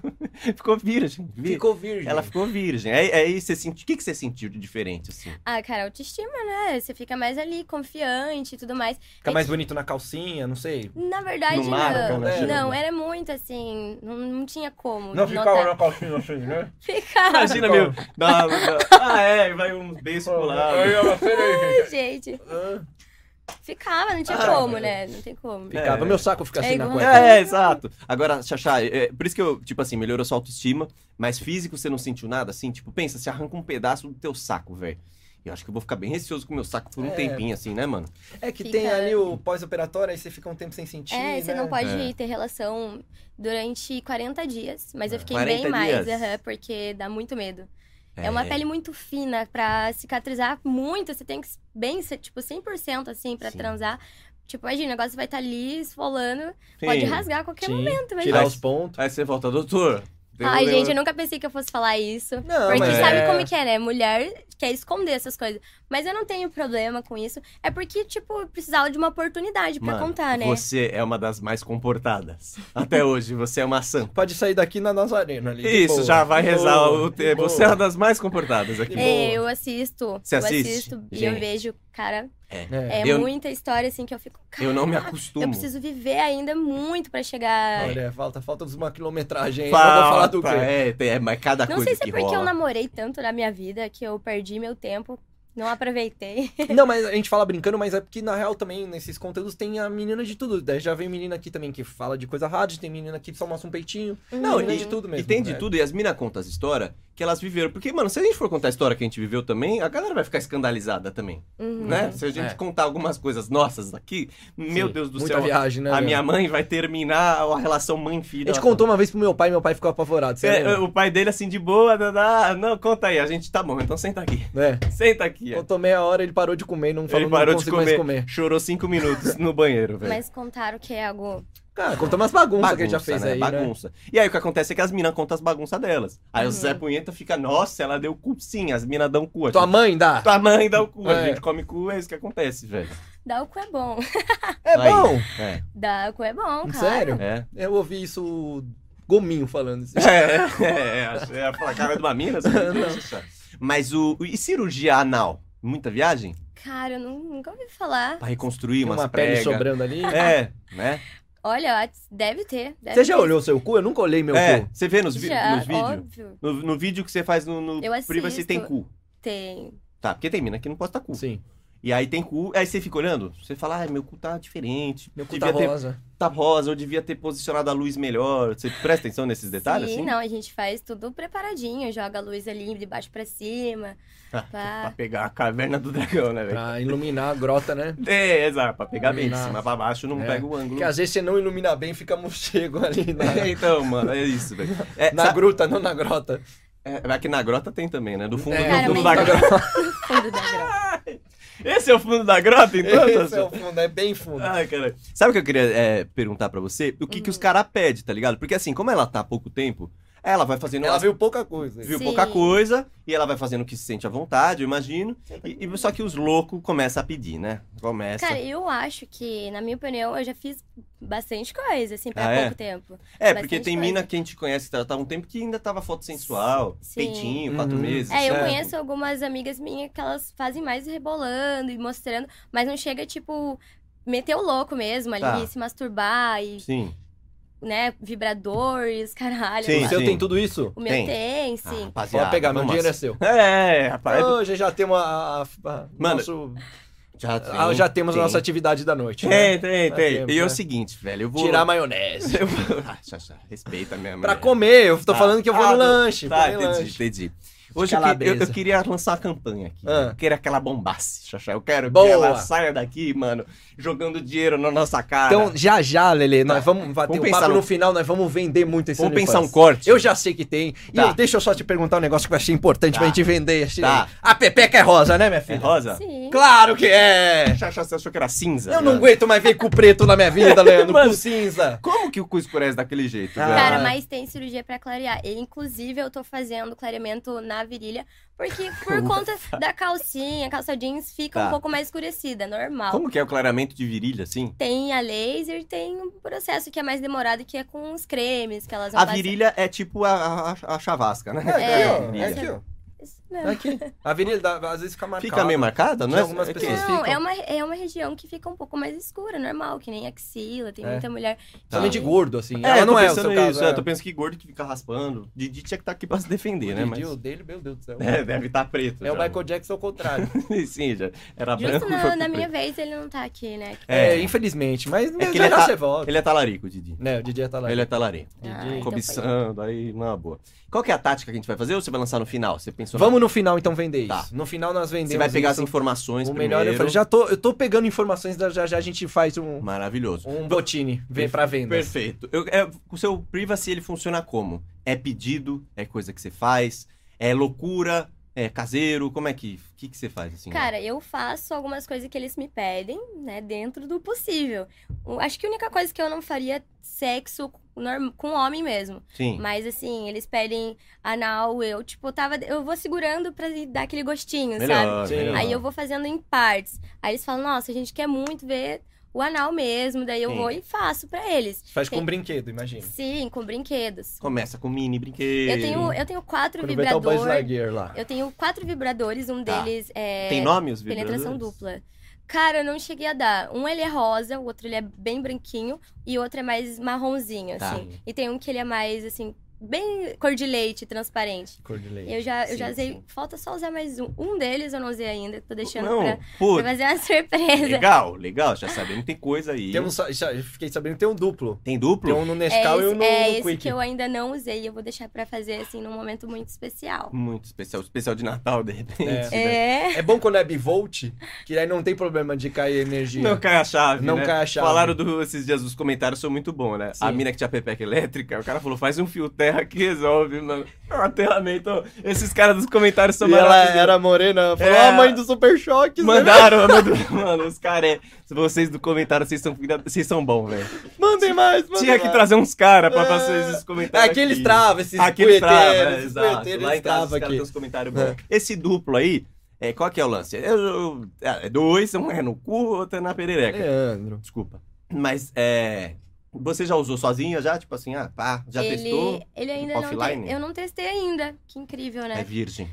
Ficou virgem. vir- virgem. Ela ficou virgem. Aí, aí você sentiu. O que, que você sentiu de diferente, assim? Ah, cara, autoestima, né? Você fica mais ali, confiante e tudo mais. Fica mais bonito na calcinha, não sei. Na verdade, No não. marca, né? Não, era muito assim. Não, não tinha como. notar. na calcinha assim, né? Ficava, Imagina, meu. dá- dá- ah, é, vai uns beijos pro lado. ela, peraí. gente. Ficava, não tinha como, né? Não tem como. Ficava, meu saco fica assim É na igual- cueca. É, exato. Agora, Xaxá, é, por isso que eu, tipo assim, melhorou sua autoestima, mas físico você não sentiu nada, assim? Tipo, pensa, se arranca um pedaço do teu saco, velho. Eu acho que eu vou ficar bem receoso com o meu saco por um É. tempinho, assim, né, mano? É que Fica- né? tem ali o pós-operatório, aí você fica um tempo sem sentir. É, você não né? pode É. ter relação durante 40 dias. Mas eu fiquei 40 bem mais, dias. aham, porque dá muito medo. É. uma pele muito fina, pra cicatrizar muito, você tem que s- bem ser, tipo, 100% assim, pra Sim. transar. Tipo, imagina, o negócio vai estar ali esfolando, Sim. pode rasgar a qualquer Sim, momento. mas- Tirar Mas- os pontos. Aí você volta, doutor. tem um Ai, negócio- gente, eu nunca pensei que eu fosse falar isso. Não, Porque mas sabe é- como que é, né? Mulher quer esconder essas coisas. Mas eu não tenho problema com isso. É porque, tipo, eu precisava de uma oportunidade pra Mano, contar, né? Você é uma das mais comportadas. Até hoje, você é uma santa. Pode sair daqui na Nazarena ali. de Isso, boa. já vai De rezar boa, o de te- boa. Você é uma das mais comportadas aqui. Que É. É, boa. eu assisto. Você eu assiste? assisto e Gente. eu vejo, cara, É. é Eu- muita história assim que eu fico. Cara, Eu não me acostumo. é Eu preciso viver ainda muito pra chegar. Olha, falta, falta uma quilometragem. aí, Falta, eu vou falar do quê? É, tem- é, mas cada não coisa sei se é que porque eu rola. namorei tanto na minha vida que eu perdi meu tempo, não aproveitei. Não, mas a gente fala brincando, mas é porque na real também, nesses conteúdos, tem a menina de tudo. Daí já vem menina aqui também que fala de coisa rádio, tem menina aqui que só mostra um peitinho. Não, menina e- de tudo mesmo. E tem de né? tudo, e as minas contam as histórias que elas viveram. Porque, mano, se a gente for contar a história que a gente viveu também, a galera vai ficar escandalizada também, Uhum. né? Se a gente É. contar algumas coisas nossas aqui, meu Sim, Deus do Muita céu, viagem, né? a meu? minha mãe vai terminar a relação mãe-filho. A gente contou uma vez pro meu pai, meu pai ficou apavorado. Você É, lembra? o pai dele assim, de boa, dadá, não, conta aí, a gente tá bom, então senta aqui. É. Senta aqui. ó. Contou meia hora, ele parou de comer, não falou, Ele parou de não consigo comer, mais comer. chorou cinco minutos no banheiro, velho. Mas contaram que é algo. Cara, contou umas bagunças que ele já fez né? aí, né? Bagunça. E aí o que acontece é que as minas contam as bagunças delas. Aí o Zé Punheta fica, nossa, ela deu cu sim, as minas dão cu. a Tua gente- mãe dá? Tua mãe dá o cu, a É. gente come cu, é isso que acontece, velho. Dá o cu é bom. É Aí. bom! É, Dá o cu é bom, cara. Sério? é. Eu ouvi isso o gominho falando isso. É, é, é, acho- é a cara de uma mina, assim, Mas o... E cirurgia anal? Muita viagem? Cara, eu nu- nunca ouvi falar. Pra reconstruir Tem umas uma pele pregas. sobrando ali. É, né? Olha, a- deve ter. Deve Você já ter. olhou seu cu? Eu nunca olhei meu é, cu. você vê nos, vi- Já, nos vídeos? óbvio. No, no vídeo que você faz no, no Eu Privacy assisto. tem cu. Tem. Tá, porque tem mina que não posta cu. Sim. E aí tem cu, aí você fica olhando, você fala, ah, meu cu tá diferente. Meu cu tá devia ter, rosa. tá rosa, eu devia ter posicionado a luz melhor. Você presta atenção nesses detalhes? Sim, assim? não, a gente faz tudo preparadinho. Joga a luz ali de baixo pra cima. Pra Pá. pegar a caverna do dragão, né, velho? Pra iluminar a grota, né? É, exato, pra pegar bem de Nossa. cima pra baixo, não É. pega o ângulo. Porque às vezes você não ilumina bem, fica morcego ali na, É, então, mano, é isso, velho. É, na sabe- gruta, não na grota. é, aqui na grota tem também, né? Do fundo, É, do Cara, fundo mas- então da grota. Fundo da grota. Esse é o fundo da grota, então? Esse Tassu? é o fundo, é bem fundo. Ai, cara. Hum. Sabe o que eu queria é, perguntar pra você? O que, que os caras pedem, tá ligado? Porque assim, como ela tá há pouco tempo, Ela vai fazendo. Ela viu pouca coisa. viu Sim. pouca coisa e ela vai fazendo o que se sente à vontade, eu imagino. E, e só que os loucos começam a pedir, né? Começa. Cara, eu acho que, na minha opinião, eu já fiz bastante coisa, assim, pra Ah, é? pouco tempo. é, porque bastante tem coisa. mina que a gente conhece que tava um tempo que ainda tava foto sensual, Sim. peitinho, quatro Uhum. meses. né? É, eu Certo. conheço algumas amigas minhas que elas fazem mais rebolando e mostrando, mas não chega, tipo, meter o louco mesmo ali, Tá. se masturbar e, Sim. né, vibradores, caralho. Sim, o lá. seu sim. tem tudo isso? O meu Tem. tem, sim. Ah, rapaziada. Pode pegar, meu vamos dinheiro é seu. lá. É, rapaz. Hoje já temos a. a, a- Mano, nosso- Já, tem, ah, já temos tem. a nossa atividade da noite. Tem, né? tem, Já tem. temos, e é o né? seguinte, velho, eu vou. Tirar a maionese. Eu vou- Ah, já, já, respeita mesmo. Pra comer, eu tô Tá. falando que eu vou Ah, no tá. lanche. Tá, comer entendi, lanche. entendi. Hoje eu, que- calabresa. eu- eu queria lançar uma campanha aqui. né? Ah. Eu queria aquela bombasse, Xaxá. Eu quero Boa. que ela saia daqui, mano, jogando dinheiro na nossa cara. Então, já já, Lele, nós Tá. vamos bater Vamos o pensar papo no- no final, nós vamos vender muito esse Vamos OnlyFans. pensar um corte. Eu já sei que tem. Tá. E deixa eu só te perguntar um negócio que eu achei importante Tá. pra gente vender. esse- Tá. A pepeca é rosa, né, minha É filha? rosa? Sim. Claro que é! Xaxá, você achou que era cinza? Eu não né? aguento mais ver cu preto na minha vida, Leandro. Mano. cu cinza. Como que o cu escurece daquele jeito, Ah. velho? Cara, mas tem cirurgia pra clarear. E, inclusive, eu tô fazendo clareamento na virilha, porque por conta da calcinha, calça jeans fica Tá. um pouco mais escurecida, normal. Como que é o clareamento de virilha, assim? Tem a laser, tem um processo que é mais demorado, que é com os cremes que elas vão A passar. virilha é tipo a, a- a chavasca, né? É, A aqui, ó. virilha. É aqui, ó. Isso né? mesmo. É aqui. A avenida, às vezes fica marcada. Fica meio marcada, não é? Tinha algumas É que- pessoas- Não, ficam? é uma, é uma região que fica um pouco mais escura, normal, que nem axila, tem É. muita mulher. Também de gordo, assim. É, Ela eu tô não é o pensando seu caso. nisso. é. é, Eu tô pensando que gordo que fica raspando. Didi tinha que estar aqui pra se defender, né? O Mas... Didi, o dele, meu Deus do céu. É, deve estar preto. É o já. Michael Jackson ao contrário. Sim, já. Era branco. Justo foi na, pro na preto. minha vez, ele não tá aqui, né? É. É, infelizmente. É Mas que já ele já tá- você volta. Ele é talarico, Didi. Né, o Didi tá lá. Ele é talarico. Ah, então Cobiçando, aí, não, boa. Qual que é a tática que a gente vai fazer ou você vai lançar no final? Você pensou Vamos no final, então, vender Tá. isso. No final nós vendemos Você vai pegar as isso. informações O primeiro. melhor, eu falei, já tô, eu tô pegando informações, da- já já a gente faz um, Maravilhoso. um botine vê pra venda. Perfeito. Eu- é, o seu privacy, ele funciona como? É pedido? É coisa que você faz? É loucura? É caseiro? Como é que... O que, que você faz, assim? Cara, eu faço algumas coisas que eles me pedem, né? Dentro do possível. O- Acho que a única coisa que eu não faria é sexo norm- com homem mesmo. Sim. Mas assim, eles pedem anal, eu, tipo, tava. Eu vou segurando pra dar aquele gostinho, sabe? Melhor, Sim. melhor. Aí eu vou fazendo em partes. Aí eles falam, nossa, a gente quer muito ver o anal mesmo. Daí eu Sim. vou e faço pra eles. Faz com Tem- um brinquedo, imagina. Sim, com brinquedos. Começa com mini brinquedo. Eu tenho, eu tenho quatro Aproveitar o Buzz vibradores. Lightyear lá. Eu tenho quatro vibradores, um Tá. deles é. Tem nome os vibradores? Penetração dupla. Cara, eu não cheguei a dar. Um ele é rosa, o outro ele é bem branquinho e o outro é mais marronzinho, Tá. assim. E tem um que ele é mais, assim, bem cor de leite, transparente. Cor de leite. Eu já, eu já Sim, usei. sim. Falta só usar mais um. Um deles eu não usei ainda, tô deixando Não, pra, pô, pra fazer uma surpresa. legal, legal. Já sabemos, tem coisa aí. Temos um só- já- eu fiquei sabendo que tem um duplo. Tem duplo? Tem um no É Nescau e um esse, no, é no esse Quick. que eu ainda não usei e eu vou deixar pra fazer, assim, num momento muito especial. Muito especial. Especial de Natal, de repente. um É. né? É. É bom quando é bivolt, que aí não tem problema de cair energia. Não cai a chave. Não né? cai a chave. Falaram do, esses dias os comentários são muito bons, né? A Sim. mina que tinha pepeca elétrica, o cara falou: faz um fio terra que resolve, mano. É um aterramento. Esses caras dos comentários são e ela maravilhosos. era morena, falou, É. a mãe do Super Choque. né?" Mandaram, mandou- mano, os caras, é, vocês do comentário, vocês são, filha- vocês são bons, velho. Mandem mais, mandem Tinha que mais. trazer uns caras pra É. fazer esses comentários. Aqui eles aqui. travam, esses Aquele trava, punheteiros, é, esses exato. punheteiros, Lá em eles casa os travam caras têm aqui. uns comentários bons. Esse duplo aí, é, qual que é o lance? Eu- eu- é, é dois, um é no cu, outro é na perereca. Leandro. Desculpa. Mas, é... Você já usou sozinha já? Tipo assim, ah, pá, já ele, testou? Ele ainda não te- Offline? Eu não testei ainda. Que incrível, É né? virgem.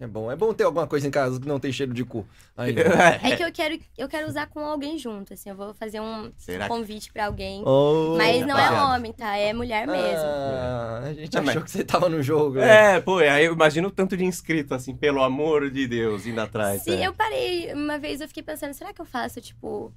É bom, é bom ter alguma coisa em casa que não tem cheiro de cu. Ainda. É. É que eu quero, eu quero usar com alguém junto, assim. Eu vou fazer um Será que... convite pra alguém. Oh. Mas não é rapaziada. homem, tá? É mulher mesmo. Ah, a gente Ah, achou mas- que você tava no jogo. né? É, pô, aí eu imagino o tanto de inscrito, assim, pelo amor de Deus, indo atrás. Se né? eu parei uma vez, eu fiquei pensando, será que eu faço, tipo,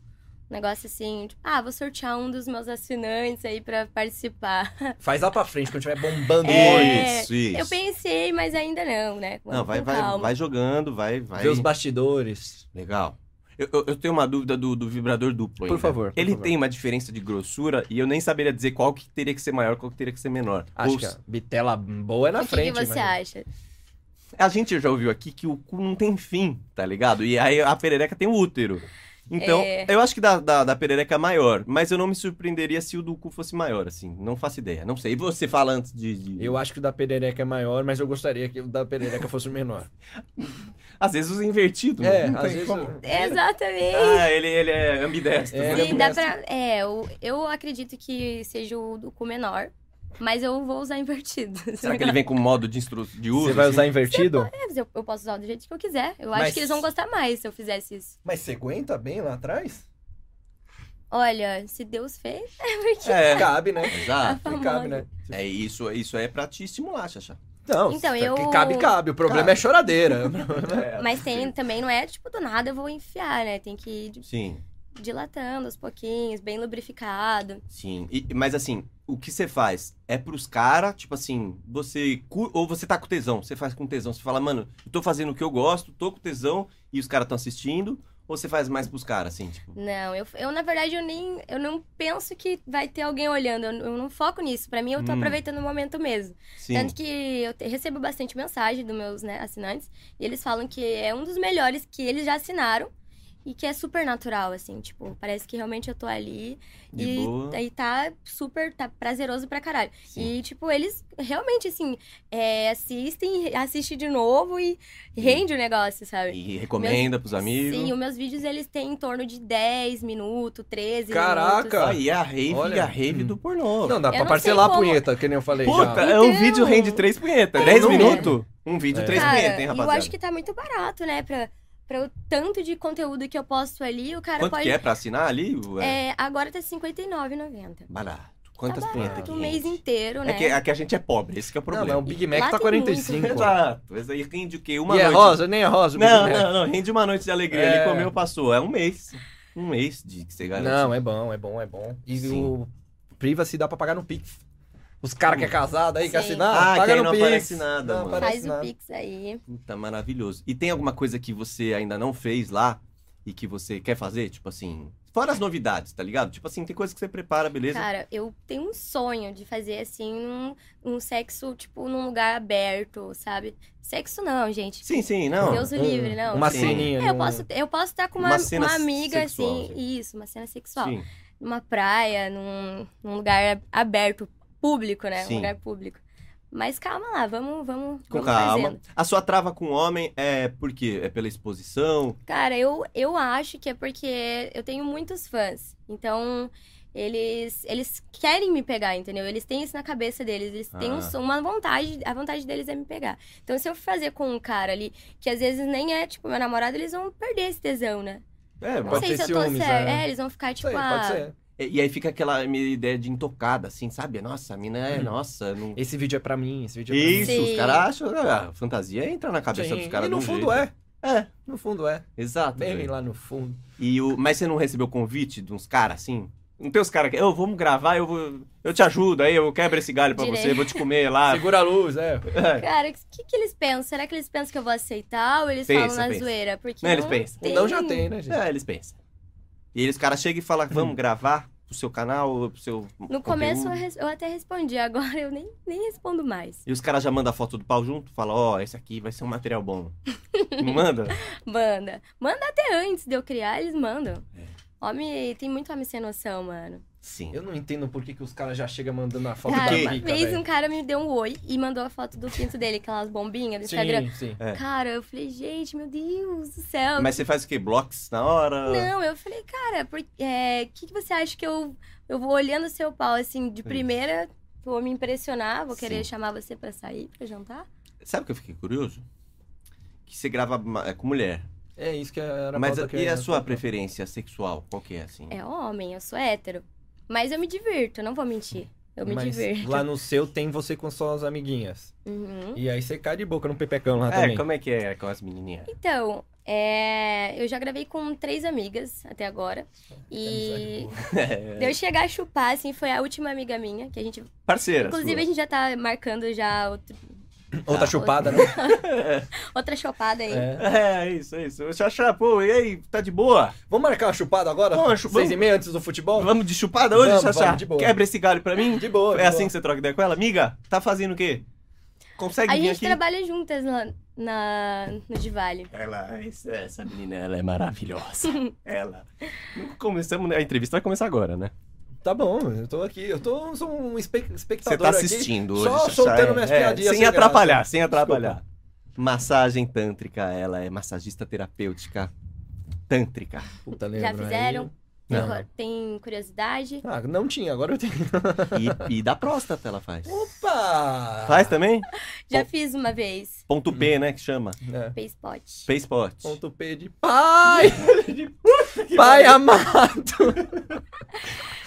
um negócio assim, tipo, ah, vou sortear um dos meus assinantes aí pra participar. né? Faz lá pra frente, quando tiver bombando É. é... Isso, isso. Eu pensei, mas ainda não, né? Vamos Não, vai, com vai, calma. vai jogando, vai, vai. Ver os bastidores. Legal. Eu, eu- eu tenho uma dúvida do, do vibrador duplo Por ainda. favor, por Ele favor. tem uma diferença de grossura e eu nem saberia dizer qual que teria que ser maior, qual que teria que ser menor. Acho Ou que é. se- a bitela boa é na O que, frente. que você mas- acha? A gente já ouviu aqui que o cu não tem fim, tá ligado? E aí a perereca tem o útero. Então, É. eu acho que da, da, da perereca é maior, mas eu não me surpreenderia se o do cu fosse maior, assim. Não faço ideia, não sei. E você fala antes de. de- Eu acho que o da perereca é maior, mas eu gostaria que o da perereca fosse menor. Às vezes os invertidos. É, não às tem vezes. como. eu- Exatamente. Ah, ele, ele é ambidestro. É, né? ele Sim, dá pra. É, eu, eu acredito que seja o do cu menor, mas eu vou usar invertido. Será que ele vem com modo de, instru... de uso? Você vai assim? usar invertido? É, eu, eu posso usar do jeito que eu quiser. Eu Mas- acho que eles vão gostar mais se eu fizesse isso. Mas você aguenta bem lá atrás? Olha, se Deus fez, É, Cabe, né? exato. Famosa. Cabe, né? É isso, isso é pra te estimular, Xaxá. Não, Então, se- eu- Tá. que cabe, cabe. O problema Cabe. é choradeira. É. mas tem, também não é tipo do nada eu vou enfiar, né? Tem que ir di- Sim, dilatando aos pouquinhos, bem lubrificado. sim. E- mas assim, o que você faz? É pros caras, tipo assim, você. cu- Ou você tá com tesão, você faz com tesão. Você fala, mano, eu tô fazendo o que eu gosto, tô com tesão e os caras tão assistindo. Ou você faz mais pros caras, assim, tipo. Não, eu, eu na verdade eu nem eu não penso que vai ter alguém olhando. Eu, eu não foco nisso. Pra mim eu tô Hum. aproveitando o momento mesmo. Sim. Tanto que eu te- recebo bastante mensagem dos meus né, assinantes. E eles falam que é um dos melhores que eles já assinaram. E que é super natural, assim. Tipo, parece que realmente eu tô ali. De e, boa. e tá super tá prazeroso pra caralho. Sim. E, tipo, eles realmente, assim, é, assistem, assistem de novo e rende o negócio, sabe? E recomenda pros amigos. é, Sim, os meus vídeos, eles têm em torno de 10 minutos, 13 minutos. Caraca! Aí é a rave, Olha. hum. e a rave do pornô. Não, dá Eu pra não parcelar sei a como- punheta, que nem eu falei Puta, já. é um Então. vídeo rende três punhetas. Dez Não é. minutos? Um vídeo, É. três Cara, punhetas, hein, e eu rapaziada? acho que tá muito barato, né? Pra, pra o tanto de conteúdo que eu posto ali, o cara Quanto pode. que é pra assinar ali? Ué? É, agora tá R$ 59,90. Barato. Quantas tá punhetas barato que o rende? mês inteiro, É né? que, é que a gente é pobre, esse que é o Não, problema. mas um Big Mac Lá tá tem 45. Exato. Esse aí rende o quê? Uma e é noite. rosa? Nem é rosa. o Big Não, Mac. não, não. Rende uma noite de alegria. É. Ele comeu, passou. É um mês. Um mês de que você garante. Não, é bom, é bom, é bom. E Sim. o Priva se dá pra pagar no Pix. Os caras que é casado aí, que Sim. assinar, Ah, que paga aí no não Pix. aparece nada, mano. Faz o nada. Pix aí. Puta, maravilhoso. E tem alguma coisa que você ainda não fez lá e que você quer fazer? Tipo assim. Fora as novidades, tá ligado? Tipo assim, tem coisa que você prepara, beleza? Cara, eu tenho um sonho de fazer, assim, um, um sexo, tipo, num lugar aberto, sabe? Sexo não, gente. Sim, sim, não. Deus é o livre, não. Hum. Uma né? Sim. ceninha. É, eu num- posso, eu posso estar com uma, Uma cena uma amiga, sexual, assim, isso, uma cena sexual. Sim. Numa praia, num, num lugar aberto, público, né? Sim. Um lugar público. Mas calma lá, vamos, vamos, Com vamos calma. é fazendo. A sua trava com o homem é por quê? É pela exposição? Cara, eu, eu acho que é porque eu tenho muitos fãs. Então, eles, eles querem me pegar, entendeu? Eles têm isso na cabeça deles. Eles têm um Ah. so- uma vontade. A vontade deles é me pegar. Então, se eu fazer com um cara ali, que às vezes nem é, tipo, meu namorado, eles vão perder esse tesão, né? É, Não mas- Pode sei ter se eu tô ciúmes, certo. né? É, eles vão ficar, tipo, Sei, ah, pode ser. E aí fica aquela minha ideia de intocada, assim, sabe? Nossa, a mina é Uhum. nossa. Não... Esse vídeo é pra mim, esse vídeo é pra mim. Isso, os Sim. caras acham. ah, A fantasia entra na cabeça Sim, dos caras E no de um fundo jeito. é. É, No fundo é. exato. Bem velho. lá no fundo. E o... Mas você não recebeu convite de uns caras assim? Não tem os caras que. Eu, vamos gravar, eu vou. Eu te ajudo, aí eu quebro esse galho pra Direito. você, vou te comer lá. Segura a luz, é. É. Cara, o que, que eles pensam? Será que eles pensam que eu vou aceitar ou eles Pensa, falam na pensa. zoeira? Porque Não, eles pensam. O não já tem, né, gente? É, eles pensam. E eles caras chegam e falam, Hum. vamos gravar pro seu canal, pro seu. No começo é. eu, conteúdo?" res- eu até respondi, agora eu nem, nem respondo mais. E os caras já mandam a foto do pau junto, fala, ó, esse aqui vai ser um material bom. Não manda? Manda. Manda até antes de eu criar, eles mandam. Homem, tem muito homem sem noção, mano. Sim. Eu não entendo por que, que os caras já chegam mandando a foto Cara, quê? da uma pica, vez velho. um cara me deu um oi e mandou a foto do pinto dele, aquelas bombinhas do Instagram. Sim, sim. É. Cara, eu falei, gente, meu Deus do céu. Mas ah. você faz o quê? Blocos na hora? Não, eu falei, cara, por é, que, que você acha que eu, eu vou olhando o seu pau assim, de primeira, vou me impressionar, vou querer Sim. chamar você pra sair, pra jantar? Sabe o que eu fiquei curioso? Que você grava ma- é, com mulher. É isso que era a mas pauta que e eu ia a sua falar. preferência sexual? Qual que é, assim? É homem, eu sou hétero. Mas eu me divirto, não vou mentir. Eu me Mas divirto. Lá no seu tem você com suas amiguinhas. Uhum. E aí você cai de boca num pepecão lá É, também. como é que é com as menininhas? Então, é, eu já gravei com três amigas até agora. E É, de eu chegar a chupar, assim, foi a última amiga minha, que a gente. Parceira. Inclusive, a gente já tá marcando já outro- Ah, Outra chupada, né? outra chupada aí. É. É, é isso, é isso. Xaxá, pô, e aí? Tá de boa? Vamos marcar uma chupada agora? Vamos, chupa- Seis e meia antes do futebol? Vamos de chupada hoje, Vamos, Xaxá? vamos, de boa. Quebra esse galho pra mim? De boa. É de assim boa. que você troca ideia com ela? Amiga, tá fazendo o quê? Consegue A vir gente aqui? trabalha juntas lá na, no Divale. Ela, essa, essa menina, ela é maravilhosa. ela. Nunca começamos, né? a entrevista vai começar agora, né? Tá bom, eu tô aqui. Eu tô sou um espe- espectador Você tá aqui, assistindo hoje. Só Xaxá, soltando é, minhas é, piadinhas. Sem atrapalhar, graça. sem atrapalhar. Massagem tântrica, ela é massagista terapêutica tântrica. Puta, Já lembro, aí- fizeram? Tem Não. cor- Tem curiosidade? Ah, não tinha, agora eu tenho. E, e da próstata ela faz. Opa! Faz também? Já fiz uma vez. Ponto P, né, que chama. É. Face pot. P Sport. Ponto P de pai! pai amado!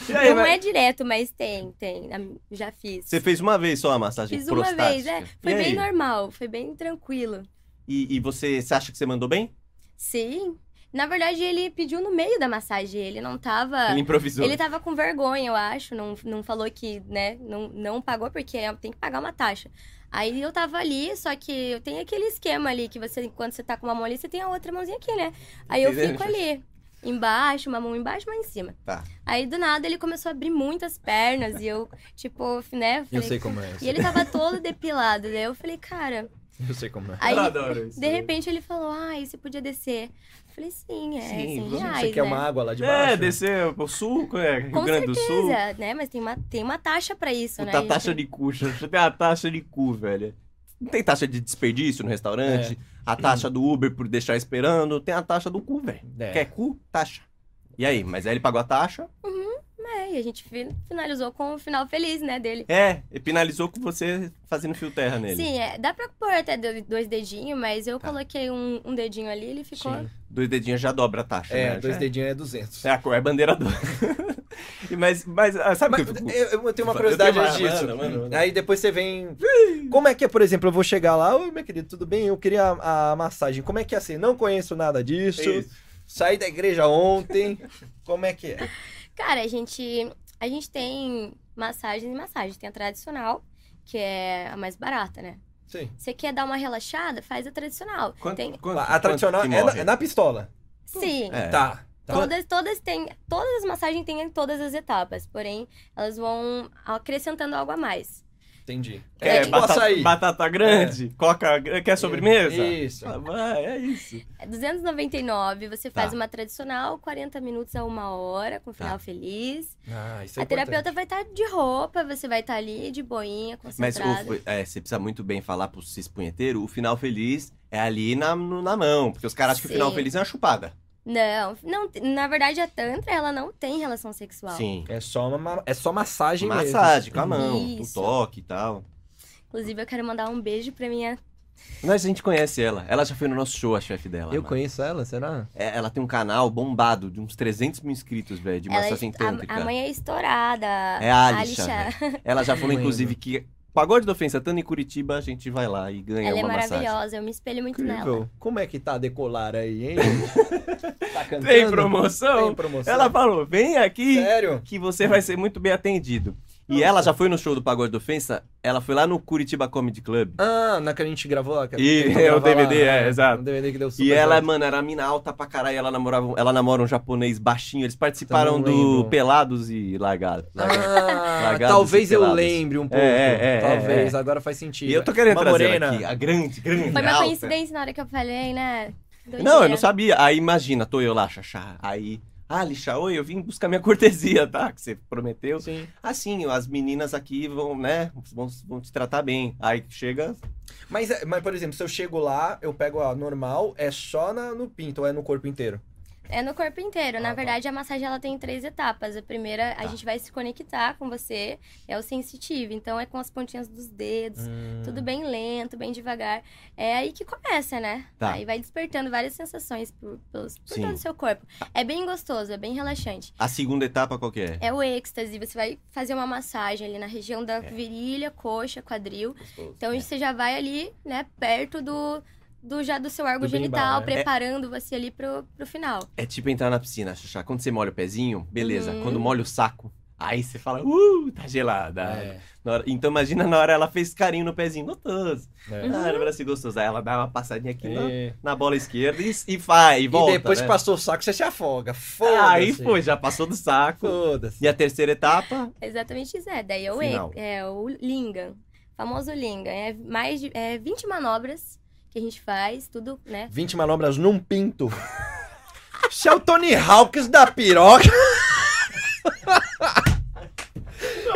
E aí, não vai- é direto, mas tem, tem. Am- Já fiz. Você fez uma vez só a massagem Fiz uma prostática? vez, é. Foi e bem aí? normal, foi bem tranquilo. E, e você, você acha que você mandou bem? Sim. Na verdade, ele pediu no meio da massagem. Ele não tava. Ele improvisou. Ah, Ele tá- tava com vergonha, eu acho. Não, não falou que, né? Não, não pagou porque é- tem que pagar uma taxa. Aí eu tava ali, só que eu tenho aquele esquema ali que você, enquanto você tá com uma mão ali, você tem a outra mãozinha aqui, né? Aí eu Entendeu? fico ali. Embaixo, uma mão embaixo, uma em cima. Tá. Aí do nada ele começou a abrir muitas pernas e eu, tipo, né? Eu falei- sei como é. E ele tava todo depilado, né? Eu falei, cara. Eu sei como é. Aí, Eu adoro isso. de repente, ele falou: Ai, você podia descer. Eu falei, sim, é Sim, 100 você reais. Você quer né? uma água lá de baixo? É, desceu pro sul, é, Rio Com Grande do Sul. certeza, né? Mas tem uma, tem uma taxa pra isso, né? Puta, gente? taxa de cu, Xuxa, tem a taxa de cu, velho. Não tem taxa de desperdício no restaurante, É. a taxa do Uber por deixar esperando, tem a taxa do cu, velho. É. Quer cu? Taxa. E aí, mas aí ele pagou a taxa? É, e a gente fi- finalizou com o final feliz, né, dele. É, e penalizou com você fazendo fio terra nele. Sim, é, dá pra pôr até do- dois dedinhos, mas eu Tá. coloquei um, um dedinho ali ele ficou. Sim. Dois dedinhos já dobra a taxa, É, né? dois Já- dedinhos é 200. É a cor, é a bandeira do... E mas, mas, ah, sabe Mas o que eu fico- eu, eu tenho uma Eu curiosidade tenho uma- antes disso. mano, mano, mano. Aí depois você vem. Como é que é, por exemplo, eu vou chegar lá, ô meu querido, tudo bem? Eu queria a, a massagem. Como é que é assim? Não conheço nada disso. Saí da igreja ontem. Como é que é? Cara, a gente, a gente tem massagens e massagens. Tem a tradicional, que é a mais barata, né? Sim. Você quer dar uma relaxada? Faz a tradicional. Quanto, Tem... quanto- a tradicional quanto que é na, morre? é na pistola. Sim. É. Tá. tá. Todas, todas têm, todas as massagens têm em todas as etapas, porém elas vão acrescentando algo a mais. Entendi. Quer É, tipo batata, açaí. batata grande? Coca... Quer sobremesa? É. Isso. Ah, vai, é isso. É 299, você faz Tá. uma tradicional, 40 minutos a uma hora, com final feliz. Ah, isso é a terapeuta importante. vai estar de roupa, você vai estar ali de boinha, Mas o- concentrada. é, você precisa muito bem falar pro cis punheteiro, o final feliz é ali na, no- na mão. Porque os caras acham que o final Sim. feliz é uma chupada. Não, não, na verdade a tantra ela não tem relação sexual. Sim. É só, uma, ma- é só massagem mesmo. Massagem com a mão, o Isso. toque e tal. Inclusive eu quero mandar um beijo pra minha Mas a gente conhece ela. Ela já foi no nosso show, a chefe dela. Eu mano. conheço ela, será? É, ela tem um canal bombado de uns 300 mil inscritos, velho, de ela, massagem tântrica. a, a mãe é estourada. É a Alisha. Alisha. velho. Ela já falou, Não inclusive, que pagode da ofensa tanto em Curitiba, a gente vai lá e ganha Ela é uma massagem. maravilhosa, eu me espelho muito nela. Incrível. Como é que tá a decolar aí, hein? tá cantando? Tem promoção? Tem promoção. Ela falou, vem aqui Sério? que você vai ser muito bem atendido. E ela já foi no show do Pagode da Ofensa, ela foi lá no Curitiba Comedy Club. Ah, na que a gente gravou lá. Um E- que- que a gente é, o gravou DVD, é, exato. O DVD que deu super E ela, é certo. mano, era mina alta pra caralho, ela namorava, ela namora um japonês baixinho, eles participaram Então, não do lembro. Pelados e Largados. Largados. Ah, Largados talvez e eu pelados. lembre um pouco. é, é, talvez, é. agora faz sentido. E eu tô querendo Uma trazer ela morena. aqui, a grande, grande, Foi uma alta. coincidência na hora que eu falei, né? Doideira. Não, eu não sabia. Aí imagina, tô eu lá, xaxá. Aí, ah, lixa, oi, eu vim buscar minha cortesia, tá? Que você prometeu. Sim. Assim, as meninas aqui vão, né, vão, vão te tratar bem. Aí chega, Mas, é- mas, por exemplo, se eu chego lá, eu pego a normal, é só na- no pinto ou é no corpo inteiro? É no corpo inteiro. Ah, Na tá. verdade, a massagem ela tem três etapas. A primeira, Tá. a gente vai se conectar com você, é o sensitivo. Então, é com as pontinhas dos Hum. dedos, Hum. tudo bem lento, bem devagar. É aí que começa, né? Tá. Aí vai despertando várias sensações por, pelos, por Sim. todo o seu corpo. É bem gostoso, é bem relaxante. a segunda etapa qual que é? É o êxtase, você vai fazer uma massagem ali na região da virilha, coxa, quadril. Então É. você já vai ali, né, perto do, do já do seu órgão Do bimbal, genital, né? preparando você ali pro, pro final. É tipo entrar na piscina, Xuxa. Quando você molha o pezinho, beleza. Uhum. Quando molha o saco, aí você fala, uh, tá gelada. É, Na hora- Então imagina na hora ela fez carinho no pezinho, gostoso. Uhum. é. Ah, no braço gostoso. Aí ela dá uma passadinha aqui na, E- na bola esquerda e, e vai, e volta. É. Uhum. e depois né? que passou o saco, você se afoga. Ah, Aí Foda-se. foi, já passou do saco. Foda-se. E a terceira etapa, É Exatamente isso, é. Daí é o, Final. e- é o lingam, famoso lingam. É mais de é 20 manobras que a gente faz, tudo, né? 20 manobras num pinto. Isso é o Tony Hawks da piroca.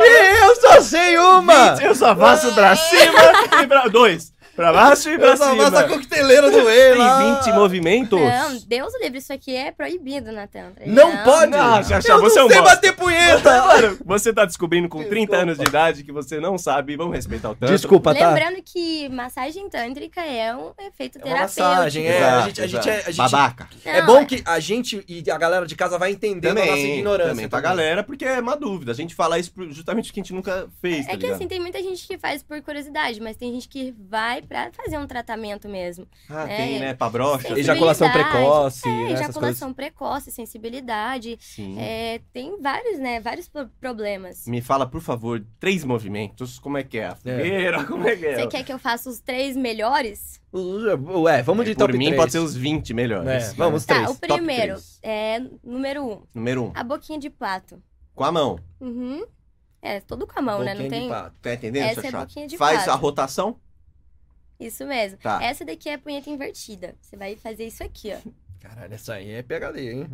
e eu só sei uma! Eu só faço pra cima e pra... Dois. Pra baixo e pra Eu só cima. faço a coqueteleira do E Tem lá. 20 movimentos? Não, Deus livre, isso aqui é proibido, Então, Natan. Não pode! Não, já, já, eu você é não um sei bosta. bater punheta! Você tá descobrindo com 30 Desculpa. anos de idade que você não sabe. Vamos respeitar o tanto. Desculpa, tá? Lembrando que massagem tântrica é um É efeito uma terapêutico. massagem, é. Exato, a gente- a gente exato. é- a gente- Babaca. É Não, bom que a gente e a galera de casa vai entendendo Também, a nossa ignorância. também pra galera, porque é uma dúvida. A gente fala isso pro- justamente porque a gente nunca fez, tá É que ligado? assim, tem muita gente que faz por curiosidade, mas tem gente que vai pra fazer um tratamento mesmo. ah, é, tem, né? Pra brocha. sensibilidade. Ejaculação precoce, É, né, essas coisas. ejaculação precoce, sensibilidade. Sim. é, tem vários, né? Vários pro- problemas. Me fala, por favor, três movimentos. Como é que é? A fogueira, como é que é? Você quer que eu faça os três melhores? Ué, é, vamos de É, Por top Um mim, 3. pode ser os 20 melhores. É, vamos Tá, três. o Top primeiro três. é número um, Número um. a boquinha de pato. Com a mão. Uhum. É, todo com a mão, né? Não Boquinha de tem. pato. Tá entendendo, Essa seu é chato? boquinha de Faz pato. a rotação. Isso mesmo. Tá. Essa daqui é a punheta invertida. Você vai fazer isso aqui, ó. Caralho, essa aí é PHD, hein?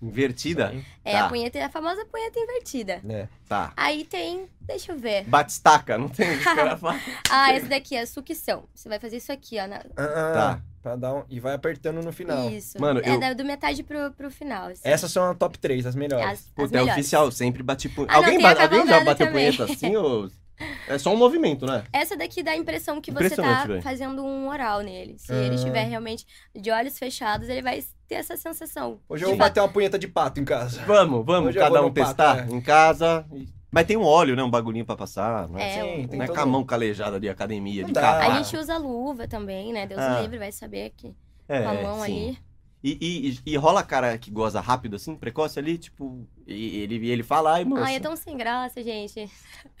Invertida. É Tá. a punheta, a famosa punheta invertida. É. Tá. Aí tem, deixa eu ver. Batistaca, não tem o que o cara fala. Ah, essa daqui é a sucção. Você vai fazer isso aqui, ó. na- Ah, Tá. Pra dar um... E vai apertando no final. Isso. Mano, é eu- da- do metade pro, pro final. assim. Essas são a top 3, as melhores. As- as Puta, é melhores. oficial, sempre bate punheta. Ah, não, alguém, tem a ba- alguém já cavalgada bateu também. punheta assim ou... É só um movimento, né? Essa daqui dá a impressão que você tá Impressionante, velho. fazendo um oral nele. Se Ah. ele estiver realmente de olhos fechados, ele vai ter essa sensação. Hoje eu vou bater uma punheta de pato em casa. Vamos, vamos, Hoje eu cada vou um no pato, testar é. em casa. e- Mas tem um óleo, né? Um bagulhinho pra passar. Né? É, Sim, tem não é todo- um. com a mão calejada de academia, Não de dá. carro. A gente usa luva também, né? Deus Ah. livre, vai saber que é, com a mão sim. ali. E, e- e- e rola cara que goza rápido, assim, precoce ali, tipo, e ele, e ele fala, ai, moça, Ai, é tão sem graça, gente.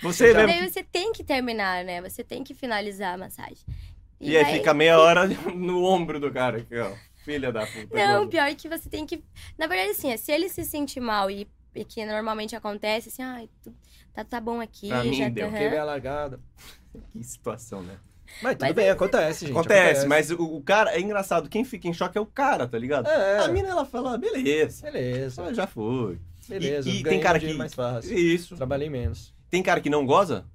você E mesmo. daí você tem que terminar, né? Você tem que finalizar a massagem. E aí vai- fica meia hora no ombro do cara aqui, ó. Filha da puta. Não, goza. pior é que você tem que. Na verdade, assim, é, se ele se sentir mal e, e que normalmente acontece, assim, ai, tu- tá, tá bom aqui, Pra mim já tá, deu, aham. Quebrei a largada. Que situação, né? Mas tudo Mas é bem, acontece, gente. Acontece, mas o, o cara, é engraçado, quem fica em choque é o cara, tá ligado? A É, mina, ela fala, "Ah, beleza, beleza, ela já foi. beleza. e tem ganhei cara um dinheiro que- mais fácil. Isso. Trabalhei menos. Tem cara que não goza?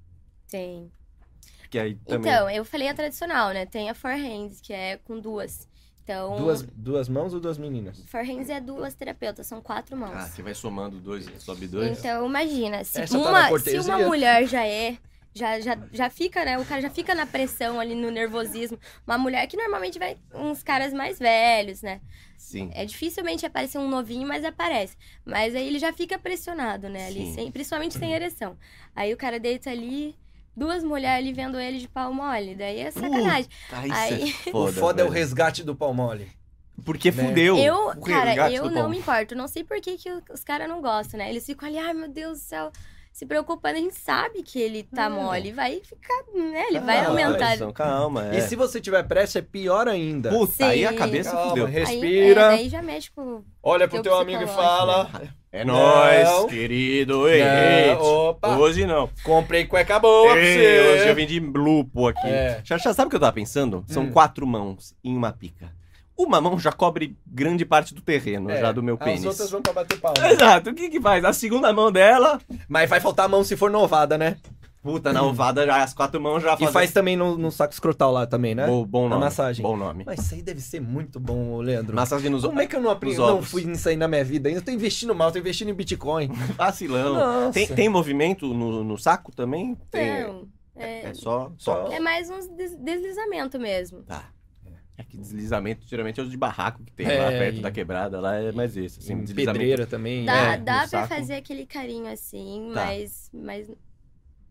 Tem. Que aí também. Então, eu falei a tradicional, né? Tem a forehands, que é com duas. Então. Duas, duas mãos ou duas meninas? Forehands é duas terapeutas, são quatro mãos. Ah, você vai somando dois, sobe dois. Então, imagina, se Essa tá na uma, se cortesia. uma mulher já é. Já, já, já fica, né? O cara já fica na pressão ali, no nervosismo. Uma mulher que normalmente vai uns caras mais velhos, né? Sim. É dificilmente aparecer um novinho, mas aparece. Mas aí ele já fica pressionado, né? Ali, Sim. sem- principalmente sem ereção. Aí o cara deita ali, duas mulheres ali vendo ele de pau mole. Daí Uh, é sacanagem. Tá, isso Aí- é O foda. foda é o velho. resgate do pau mole. Porque né? fudeu. eu, O cara, resgate eu do não pau. me importo. Não sei por que, que os caras não gostam, né? Eles ficam ali, ai meu Deus do céu, se preocupando. A gente sabe que ele tá mole. Vai ficar, né? Ele vai Calma, aumentar. Edson, Calma, é. E se você tiver pressa, é pior ainda. Puta, aí a Sim. cabeça Calma, fudeu. respira, Aí, é, daí já mexe com. olha pro teu teu amigo e psicológico. fala. É Não. nóis, querido. Ei, "É, ei, opa, Hoje não. comprei cueca boa pra Ei, você. hoje eu vim de lupo aqui. É. Xaxá, sabe o que eu tava pensando? São Hum. quatro mãos em uma pica. Uma mão já cobre grande parte do terreno, É, já do meu As pênis. outras vão pra bater pau. Exato, o que que faz? A segunda mão dela... Mas vai faltar a mão se for Tá novada, né? Puta, na ovada, já, as quatro mãos já E faz também no, no saco escrotal lá também, né? Bo- bom Na nome. massagem. Bom nome. Mas isso aí deve ser muito bom, ô Leandro. Massagem nos Como é que eu não aprendi? Os Não ovos. fui nisso aí na minha vida ainda. Eu tô investindo mal, tô investindo em Bitcoin. Vacilão. Nossa. Tem, tem movimento no, no saco também? Tem- Não. É, É só. só. é mais um des- deslizamento mesmo. Tá. É que deslizamento geralmente é os de barraco que tem É, lá perto e- da quebrada. Lá é mais esse. Assim, Em deslizamento. pedreira um também. Dá, É, dá no pra saco. fazer aquele carinho assim, Tá. mas. Mas.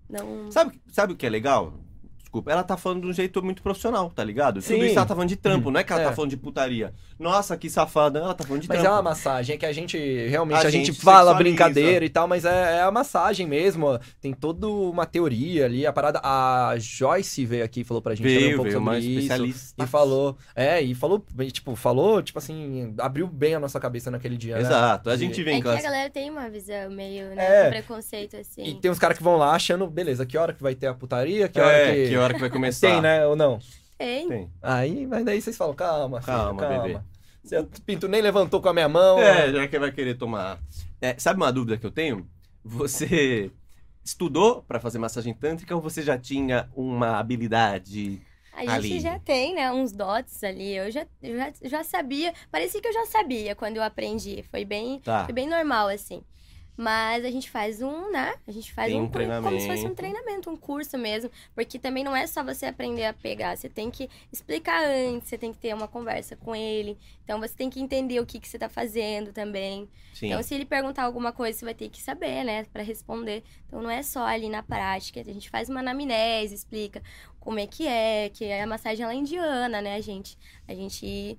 Não. Sabe, sabe o que é legal? Desculpa, ela tá falando de um jeito muito profissional, tá ligado? Sim. Tudo isso ela tá falando de trampo, não é que ela É. tá falando de putaria. Nossa, que safada, ela tá falando de Mas é trampo. uma massagem, é que a gente realmente, A a, gente, gente fala sexualiza. brincadeira e tal, mas é, é a massagem mesmo. ó. Tem toda uma teoria ali, a parada. A Joyce veio aqui e falou pra gente também um Veio, pouco veio, sobre uma isso. especialista. E falou, é, e falou, e, tipo, falou, tipo assim, abriu bem a nossa cabeça naquele dia, né? Exato, a gente vem é que com a essa- galera tem uma visão meio, É. Então, né? com preconceito, assim. E tem uns caras que vão lá achando, beleza, que hora que vai ter a putaria, que hora É, que. que hora que vai começar. Tem, né? Ou não? Tem. Tem. Aí, mas daí vocês falam, calma, filho, Calma, calma, bebê. Você, Pinto nem levantou com a minha mão. né? É, já que vai querer tomar. É, sabe uma dúvida que eu tenho? Você estudou pra fazer massagem tântrica ou você já tinha uma habilidade? A gente Ali. já tem, né, uns dots ali. Eu já, eu já, já sabia. Parecia que eu já sabia quando eu aprendi. Foi bem, Tá. foi bem normal, assim. Mas a gente faz um, né? A gente faz Tem um um cur- como se fosse treinamento. um treinamento, um curso mesmo. Porque também não é só você aprender a pegar. Você tem que explicar antes, você tem que ter uma conversa com ele. Então você tem que entender o que, que você tá fazendo também. Sim. Então, se ele perguntar alguma coisa, você vai ter que saber, né? Pra responder. Então, não é só ali na prática. A gente faz uma anamnese, explica como é que é, que a massagem ela é indiana, né, gente? A gente,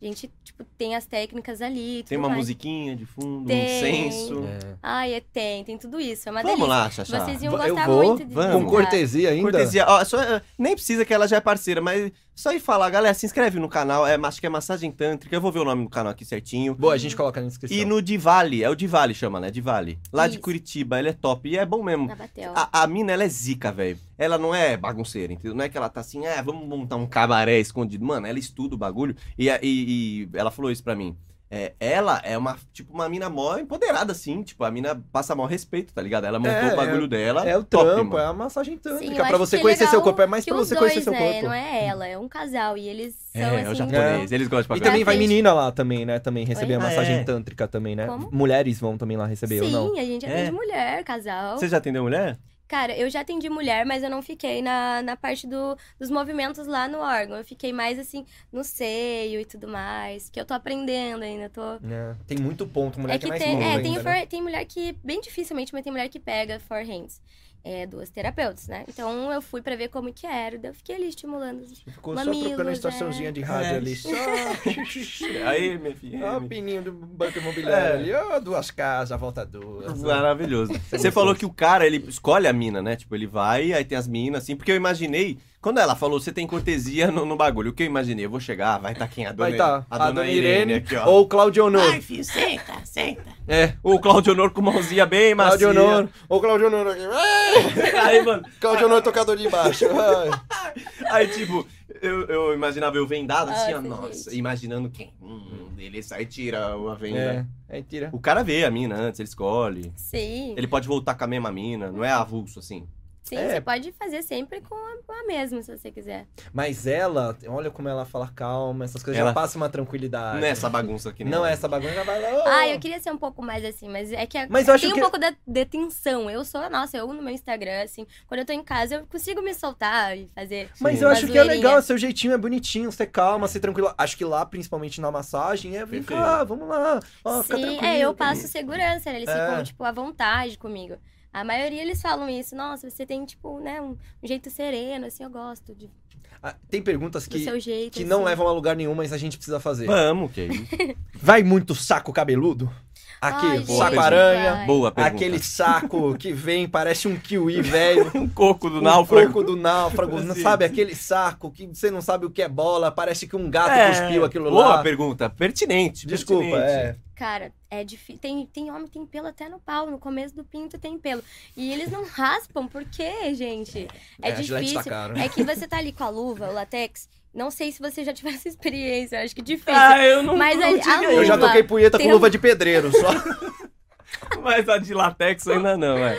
a gente tipo, tem as técnicas ali. e Tem tudo uma mais. musiquinha de fundo, um Tem. censo. É. Ai, é, tem, tem tudo isso. É uma Vamos delícia. lá, Xaxá. Vocês iam Eu gostar vou, muito de vamos. Com Vamos. cortesia ainda? Cortesia, ó, só, eh, nem precisa que ela já é parceira, mas só ir falar, galera, se inscreve no canal, é, acho que é Massagem Tântrica, eu vou ver o nome do canal aqui certinho. Boa, a gente coloca na descrição. E no Divale, é o Divale chama, né? Divale. Lá de Isso. Curitiba, ele é top e é bom mesmo. Na Batel. Ah, A, a mina, ela é zica, velho. Ela não é bagunceira, entendeu? Não é que ela tá assim, ah, vamos montar um cabaré escondido. Mano, ela estuda o bagulho e, a- e- e ela falou isso pra mim. É, ela é uma, tipo, uma mina mó empoderada, assim. Tipo, a mina passa mó respeito, tá ligado? Ela montou É, o bagulho dela. É o top, trampo, mano. é a massagem Sim, eu tântrica. pra acho você que é conhecer seu legal corpo, é mais que pra os você dois, conhecer seu né? corpo. Não é ela, é um casal. E eles são, É, é o assim... japonês. Eles gostam E de também bagulho. vai frente. menina lá também, né? Também receber a Ah, massagem é. tântrica também, né? Como? Mulheres vão também lá receber ou não? Sim, a gente É. atende mulher, casal. Você já atendeu mulher? Cara, eu já atendi mulher, mas eu não fiquei na, na parte do, dos movimentos lá no órgão. Eu fiquei mais assim, no seio e tudo mais. Porque eu tô aprendendo ainda, tô. É, Tem muito ponto, mulher é que, é mais tem, nova é, ainda, tem, né? for- tem mulher que, bem dificilmente, mas tem mulher que pega forehands. É, duas terapeutas, né? Então eu fui pra ver como que era, daí eu fiquei ali estimulando. Ficou só Mamilos, trocando a estaçãozinha é. de rádio É. ali. Só... Aí, minha filha. Ó, o pininho do banco imobiliário É. ali. Ó, duas casas, volta duas. é né? Maravilhoso. Você falou que o cara, ele escolhe a mina, né? Tipo, ele vai, aí tem as minas, assim. Porque eu imaginei, quando ela falou, você tem cortesia no, no bagulho, o que eu imaginei? Eu vou chegar, vai tá quem? A dona, Vai tá, a dona, Irene, aqui, ó. ou o Claudio Honor. filho, senta, senta. É, O Claudio Honor com mãozinha bem macia. Claudio Honor. Ou Claudio Honor aqui. Ai, Aí, mano, Claudio Honor tocador de baixo. ai. aí, tipo, eu, eu imaginava eu Ah, vendado, assim, ó, Nossa, nossa, gente. imaginando quem? Hum, ele sai e tira uma venda. É, aí tira. O cara vê a mina antes, ele escolhe. Sim, Ele pode voltar com a mesma mina, não é avulso, assim. sim, É. você pode fazer sempre com a, com a mesma, se você quiser. Mas ela, olha como ela fala calma, essas coisas Ela- já passa uma tranquilidade. Não é essa bagunça aqui, Ah, Não é essa bagunça, ela vai lá. ô. Ah, eu queria ser um pouco mais assim, mas é que a- Oh. Mas eu acho tem um que- pouco da detenção. Eu sou, nossa, eu no meu Instagram, assim, quando eu tô em casa, eu consigo me soltar e fazer. Mas Sim. eu uma acho que é zoeirinha. legal, seu jeitinho é bonitinho, você calma, você tranquilo. Acho que lá, principalmente na massagem, é vem Perfeito. cá, vamos lá. Ó, fica Sim, tranquilo. é, eu passo segurança, né? Eles É. ficam, tipo, à vontade comigo. A maioria eles falam isso, nossa, você tem, tipo, né, um, um jeito sereno, assim, eu gosto de- Ah, Tem perguntas do que, seu jeito. que não é assim. levam a lugar nenhum, mas a gente precisa fazer. Vamos, que isso. Vai muito saco cabeludo? Ai, Aquele gente, saco boa aranha. vai. Boa pergunta. Aquele saco que vem, parece um kiwi velho. um coco do um náufrago. coco do náufrago. não Sim. sabe aquele saco que você não sabe o que é bola? Parece que um gato É, cuspiu aquilo boa lá. pergunta. Pertinente. Desculpa, pertinente. é. Cara, é difícil. Tem, tem homem que tem pelo até no pau, no começo do pinto tem pelo. E eles não raspam, por quê, gente? É, a Gillette difícil. tá caro. É que você tá ali com a luva, o latex. Não sei se você já tivesse experiência, eu acho que é difícil. Ah, eu não, Mas não a- tive a ainda. Eu já luva. toquei punheta Tem com um- luva de pedreiro, só. Mas a de latex ainda não, é.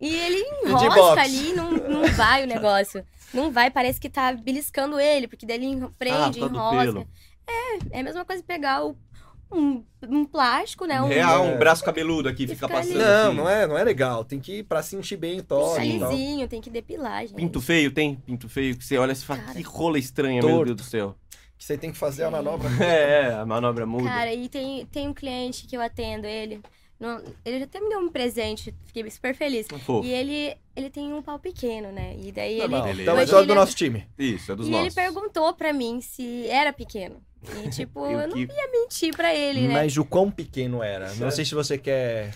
E ele de enrosca boxe. ali e não, não vai o negócio. Não vai, parece que tá beliscando ele, porque daí ele enro- Ah, por prende, causa do enrosca. pelo. É, é a mesma coisa pegar o- um, um plástico, né? Um, Real, um É. braço cabeludo aqui, E fica fica passando. ali. Não, assim. não é, não é legal. Tem que ir pra sentir bem o toque e tal. chalezinho, um tem que depilar, gente. Pinto feio tem? Pinto feio que você olha e você fala, Cara. que rola estranha, meu Torto. Deus do céu. Que você tem que fazer a manobra. É, é, a manobra muda. Cara, e tem, tem um cliente que eu atendo, ele. não- ele até me deu um presente, fiquei super feliz. Um pouco. E ele, ele tem um pau pequeno, né? E daí ele. Normal. ele- Então é mas todo ele- do nosso time. Isso, é dos E nossos. ele perguntou pra mim se era pequeno. E, tipo, E o eu não que- menti pra ele, né? Mas o quão pequeno era? Não sei se você quer.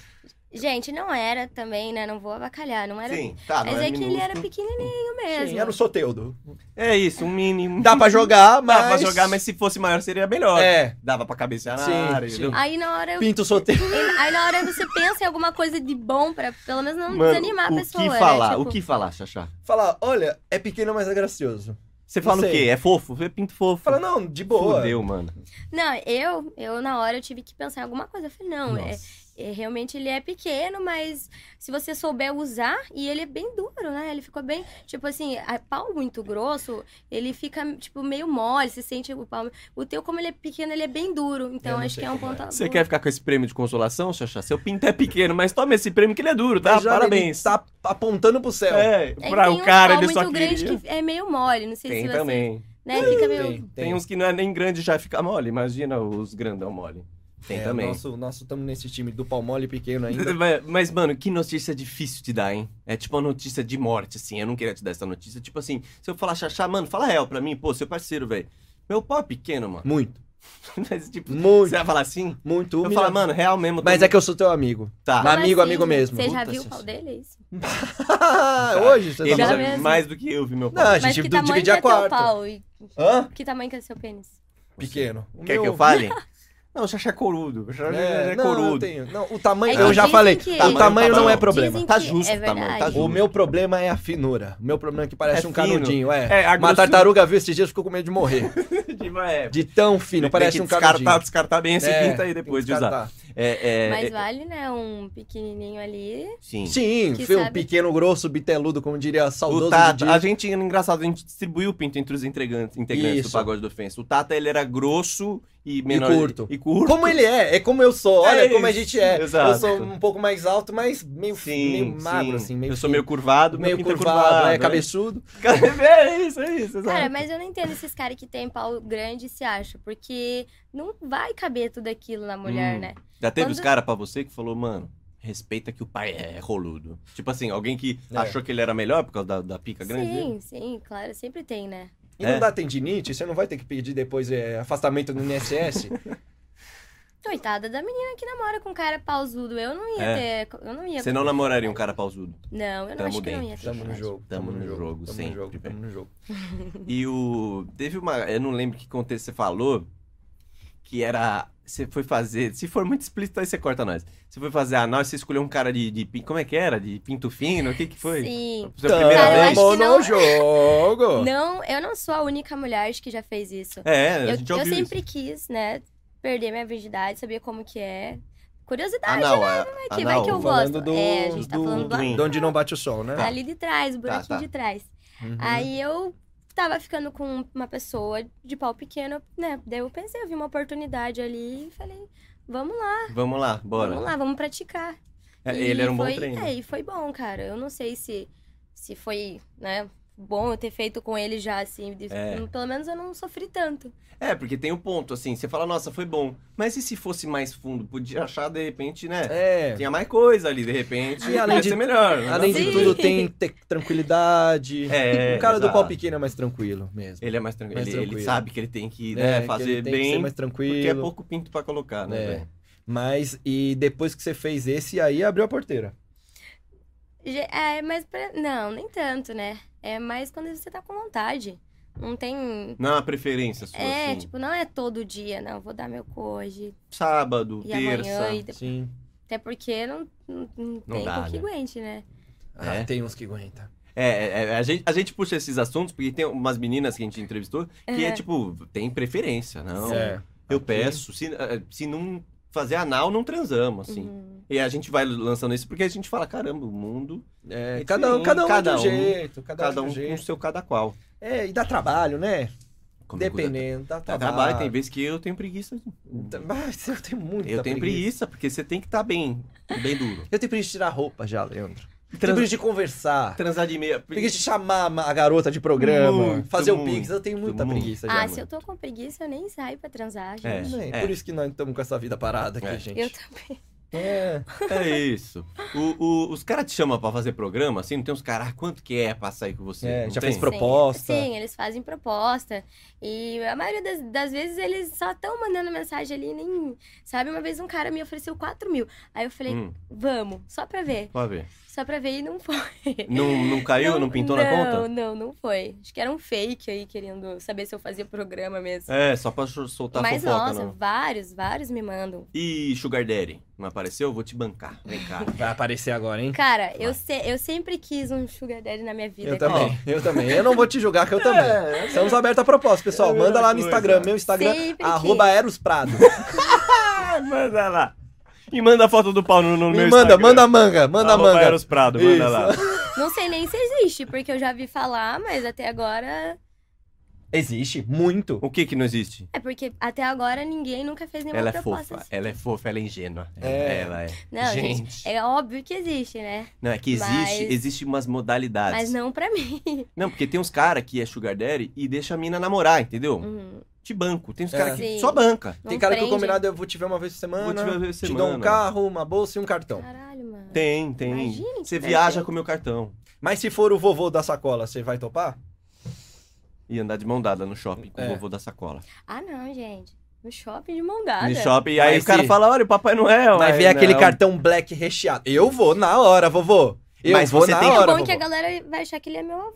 Gente, não era também, né? Não vou abacalhar, não era. Sim, tá, não Mas é, que ele era minúsculo. pequenininho mesmo. Sim, era o Soteudo. É isso, um mínimo. Dá pra jogar, mas. Dá pra jogar, mas se fosse maior seria melhor. É. Dava pra cabecear na Sim, área. né? sim. entendeu? Aí na hora eu- Pinto Soteudo. ele- Aí na hora você pensa em alguma coisa de bom pra pelo menos não Mano, desanimar a o pessoa. que né? falar? Tipo, O que falar, Xaxá? Falar, olha, é pequeno, mas é gracioso. Você fala sei. o quê? É fofo? É pinto fofo. Fala, não, de boa. Fudeu, mano. Não, eu, eu na hora eu tive que pensar em alguma coisa. Eu falei, não, é, é, realmente ele é pequeno, mas se você souber usar, e ele é bem duro, né? Ele ficou bem, tipo assim, a pau muito grosso, ele fica, tipo, meio mole, se sente o pau. O teu, como ele é pequeno, ele é bem duro. Eu Então não acho sei que é um como é. ponto. a Você favor. quer ficar com esse prêmio de consolação, Xaxá? Seu pinto é pequeno, mas toma esse prêmio que ele é duro, tá? Mas já Parabéns. Ele tá apontando pro céu. É, É que pra tem o uns cara pau ele só muito grande queria. que é meio mole, não sei Tem se você. também. Né? Fica meio. Tem, tem. Tem uns que não é nem grande já fica mole. Imagina os grandão mole. Tem É, também. Nosso, nosso estamos nesse time do pau mole pequeno ainda. Mas- Mas, mano, que notícia difícil de dar, hein? É tipo uma notícia de morte, assim. Eu não queria te dar essa notícia. Tipo assim, se eu falar xaxá, mano, fala real pra mim, pô, seu parceiro, velho. Meu pau é pequeno, mano. Muito, Mas, tipo, muito, você vai falar assim? muito. Eu falo, humilhado. mano, real mesmo. Mas tô- é que eu sou teu amigo. Tá. Como Amigo, amigo mesmo. assim, Você já Puta viu o senhora. pau dele? É isso? Hoje você Ele Já tá já falando. mesmo. mais do que eu vi meu Não, a pau. Mas gente que tamanho que dividia é teu quarto. pau? E Hã? que tamanho que é seu pênis? Pequeno. O Quer é meu- que eu fale? Não, o xaxá é corudo. O xaxá É, é, não, eu corudo. tenho. Não, o tamanho. É que eu já dizem falei. que- O tamanho não é Dizem problema. Dizem Tá que justo é o tamanho, tá verdade. justo. O meu problema é a finura. O meu problema é que parece É fino. um canudinho. É. É, a Uma grossura- tartaruga viu esses dias e ficou com medo de morrer. é. De tão fino. Tem Parece que um descartar, canudinho. descartar bem esse É, pinto aí depois tem de que usar. descartar. É, é, Mas é, vale, né? Um pequenininho ali. sim. Sim, Que foi um sabe- pequeno, grosso, biteludo, como diria saudoso O Tata, Didi. a gente, engraçado, a gente distribuiu o pinto entre os integrantes, integrantes do Isso. Pagode do Ofensa. O Tata, ele era grosso e menor. curto. E curto. Como ele é, é como eu sou. Olha É como a isso, gente é. exato. Eu sou um pouco mais alto, mas meio, Sim, meio magro, sim. assim. Meio eu sou fino. meio curvado, meio meu pinto curvado, é curvado. é, cabeçudo. É isso, é isso, exato. Cara, mas eu não entendo esses caras que tem pau grande e se acham, porque não vai caber tudo aquilo na mulher, Hum. né? Já teve quando- os caras pra você que falou, mano, respeita que o pai é roludo. Tipo assim, alguém que É. achou que ele era melhor por causa da, da pica grande dele. Sim, sim, claro, sempre tem, né? E É. não dá tendinite, você não vai ter que pedir depois é, afastamento no INSS. Coitada da menina que namora com um cara pausudo. Eu não ia É. ter. Eu não ia. Você não namoraria um cara pausudo. Não, eu não Tamo acho que não dentro, ia ter. Tamo no coragem. jogo. Tamo no jogo, tamo sempre, no jogo, velho. tamo no jogo. E o. Teve uma. Eu não lembro que contexto você falou. Que era. Você foi fazer. Se for muito explícito, aí você corta nós. Você foi fazer anal e você escolheu um cara de. de pin- como é que era? De pinto fino? O que que foi? Sim. Foi é a primeira Cara, eu vez? acho- Tamo que no não- jogo! Não, é eu não sou a única mulher acho que já fez isso. É, a Eu, gente eu ouviu sempre quis, né? Perder minha virgindade, saber como que é. isso. Curiosidade, Anal, né? a- Que vai anal. que eu falando gosto. do- É, a gente tá do- falando do lá, Twin. De onde não bate o sol, né? ali de trás, o buraquinho tá. de trás. Uhum. É. Aí eu tava ficando com uma pessoa de pau pequeno, né? Daí eu pensei, eu vi uma oportunidade ali e falei, vamos lá, Vamos lá, bora. vamos lá, vamos praticar. É, E Ele era um bom foi- treino. É, e foi bom, cara. Eu não sei se, se foi, né? Bom eu ter feito com ele já, assim. de- É. Pelo menos eu não sofri tanto. É, porque tem o ponto, assim, você fala, nossa, foi bom. Mas e se fosse mais fundo? Podia achar, de repente, né? É. Tinha mais coisa ali, de repente. E além podia de- ser melhor. né? Além de Sim. tudo, tem te- tranquilidade. É, o cara do pau exato. pequeno é mais tranquilo mesmo. Ele é mais tranquilo. Mais ele, ele tranquilo. sabe que ele tem que É, né, que fazer ele tem que bem. ser mais tranquilo. Porque é pouco pinto pra colocar, né? É. velho? Mas, e depois que você fez esse, aí abriu a porteira. Ge- É, mas pra- não, nem tanto, né? É mais quando você tá com vontade. Não tem. Não é uma preferência sua, É, assim. tipo, não é todo dia, não. Vou dar meu cu hoje Sábado, e terça. amanhã e depois. Sim. Até porque não, não, não tem dá, com né? que aguente, né? Ah, É. tem uns que aguenta. É, é, é, a, gente, a gente puxa esses assuntos porque tem umas meninas que a gente entrevistou que é tipo, tem preferência, não. É. Eu Aqui- peço, se, eh, se não fazer anal, não transamos, assim. Uhum. E a gente vai lançando isso porque a gente fala, caramba, o mundo, É, É cada um, diferente, cada um cada de um um- jeito, cada, cada um um de um com o jeito. seu cada qual. É, e dá trabalho, né? Como Dependendo, dá Dá trabalho. Então, trabalho, tem vezes que eu tenho preguiça. Mas eu tenho muita Eu tenho preguiça, porque você tem que estar bem, bem duro. Eu tenho preguiça de tirar roupa já, Leandro. Eu Tenho Trans- preguiça de conversar. Transar de meia. Preguiça de chamar a garota de programa, Muito, fazer o muito, Pix. Eu tenho muita muito. preguiça já. Ah, mano. se eu tô com preguiça, eu nem saio pra transar, É. gente. É, Por isso que nós estamos com essa vida parada aqui, É. gente. Eu também. É. É isso. O- o- os caras te chamam pra fazer programa, assim, não tem uns caras, ah, quanto que é pra sair com você? É, Não já tem? fez pro- Proposta. Sim, eles fazem proposta. E a maioria das, das vezes eles só estão mandando mensagem ali, nem. Sabe, uma vez um cara me ofereceu 4 mil. Aí eu falei, Hum, vamos, só pra ver. pode ver. Só pra ver e não foi. Não, não caiu? Não, pintou na É, Não, conta? não, não foi. Acho que era um fake aí, querendo saber se eu fazia programa mesmo. É, só pra cho- soltar Mas fofoca, nossa, não. vários, vários me mandam. E Sugar Daddy? Não apareceu? Eu vou te bancar. Vem cá. Vai aparecer agora, hein? Cara, eu, se- eu sempre quis um sugar daddy na minha vida. Eu cara. também, eu também. Eu não vou te julgar que eu também. É, Estamos abertos a propósito, pessoal. É a Manda lá no mesma Instagram. coisa. Meu Instagram, Sempre arroba Eros Prado. Ah, manda lá. E manda a foto do pau no, no Me meu manda, Instagram. manda a manga, manda a Arroba manga. Eros Prado, manda Isso. lá. Não sei nem se existe, porque eu já vi falar, mas até agora. Existe, muito. O que que não existe? É porque até agora ninguém nunca fez nenhuma Ela é proposta. fofa, ela é fofa, ela é ingênua. É. Ela é. assim. Não, gente. Gente. É óbvio que existe, né? Não, é que existe, Mas- existe umas modalidades. Mas não pra mim. Não, porque tem uns caras que é sugar daddy e deixa a mina namorar, entendeu? Uhum. Te banco. Tem uns É. caras que Sim. só banca. Não Tem cara que o prende. combinado é eu vou te ver uma vez por semana, Vou te ver uma vez por te dou um semana. carro, uma bolsa e um cartão. Caralho, mano. Tem, tem. Imagina né? que Você deve viaja ter. com o meu cartão. Mas se for o vovô da sacola, você vai topar? E andar de mão dada no shopping com É. o vovô da sacola. Ah, não, gente. No shopping de É mão dada. No shopping, e aí Mas o cara se- fala, olha, o Papai Noel. Vai Aí, ver aquele não. cartão black recheado. Eu vou na hora, vovô. Eu Mas vou você na tem que- É hora, bom vovô. que a galera vai achar que ele é meu avô.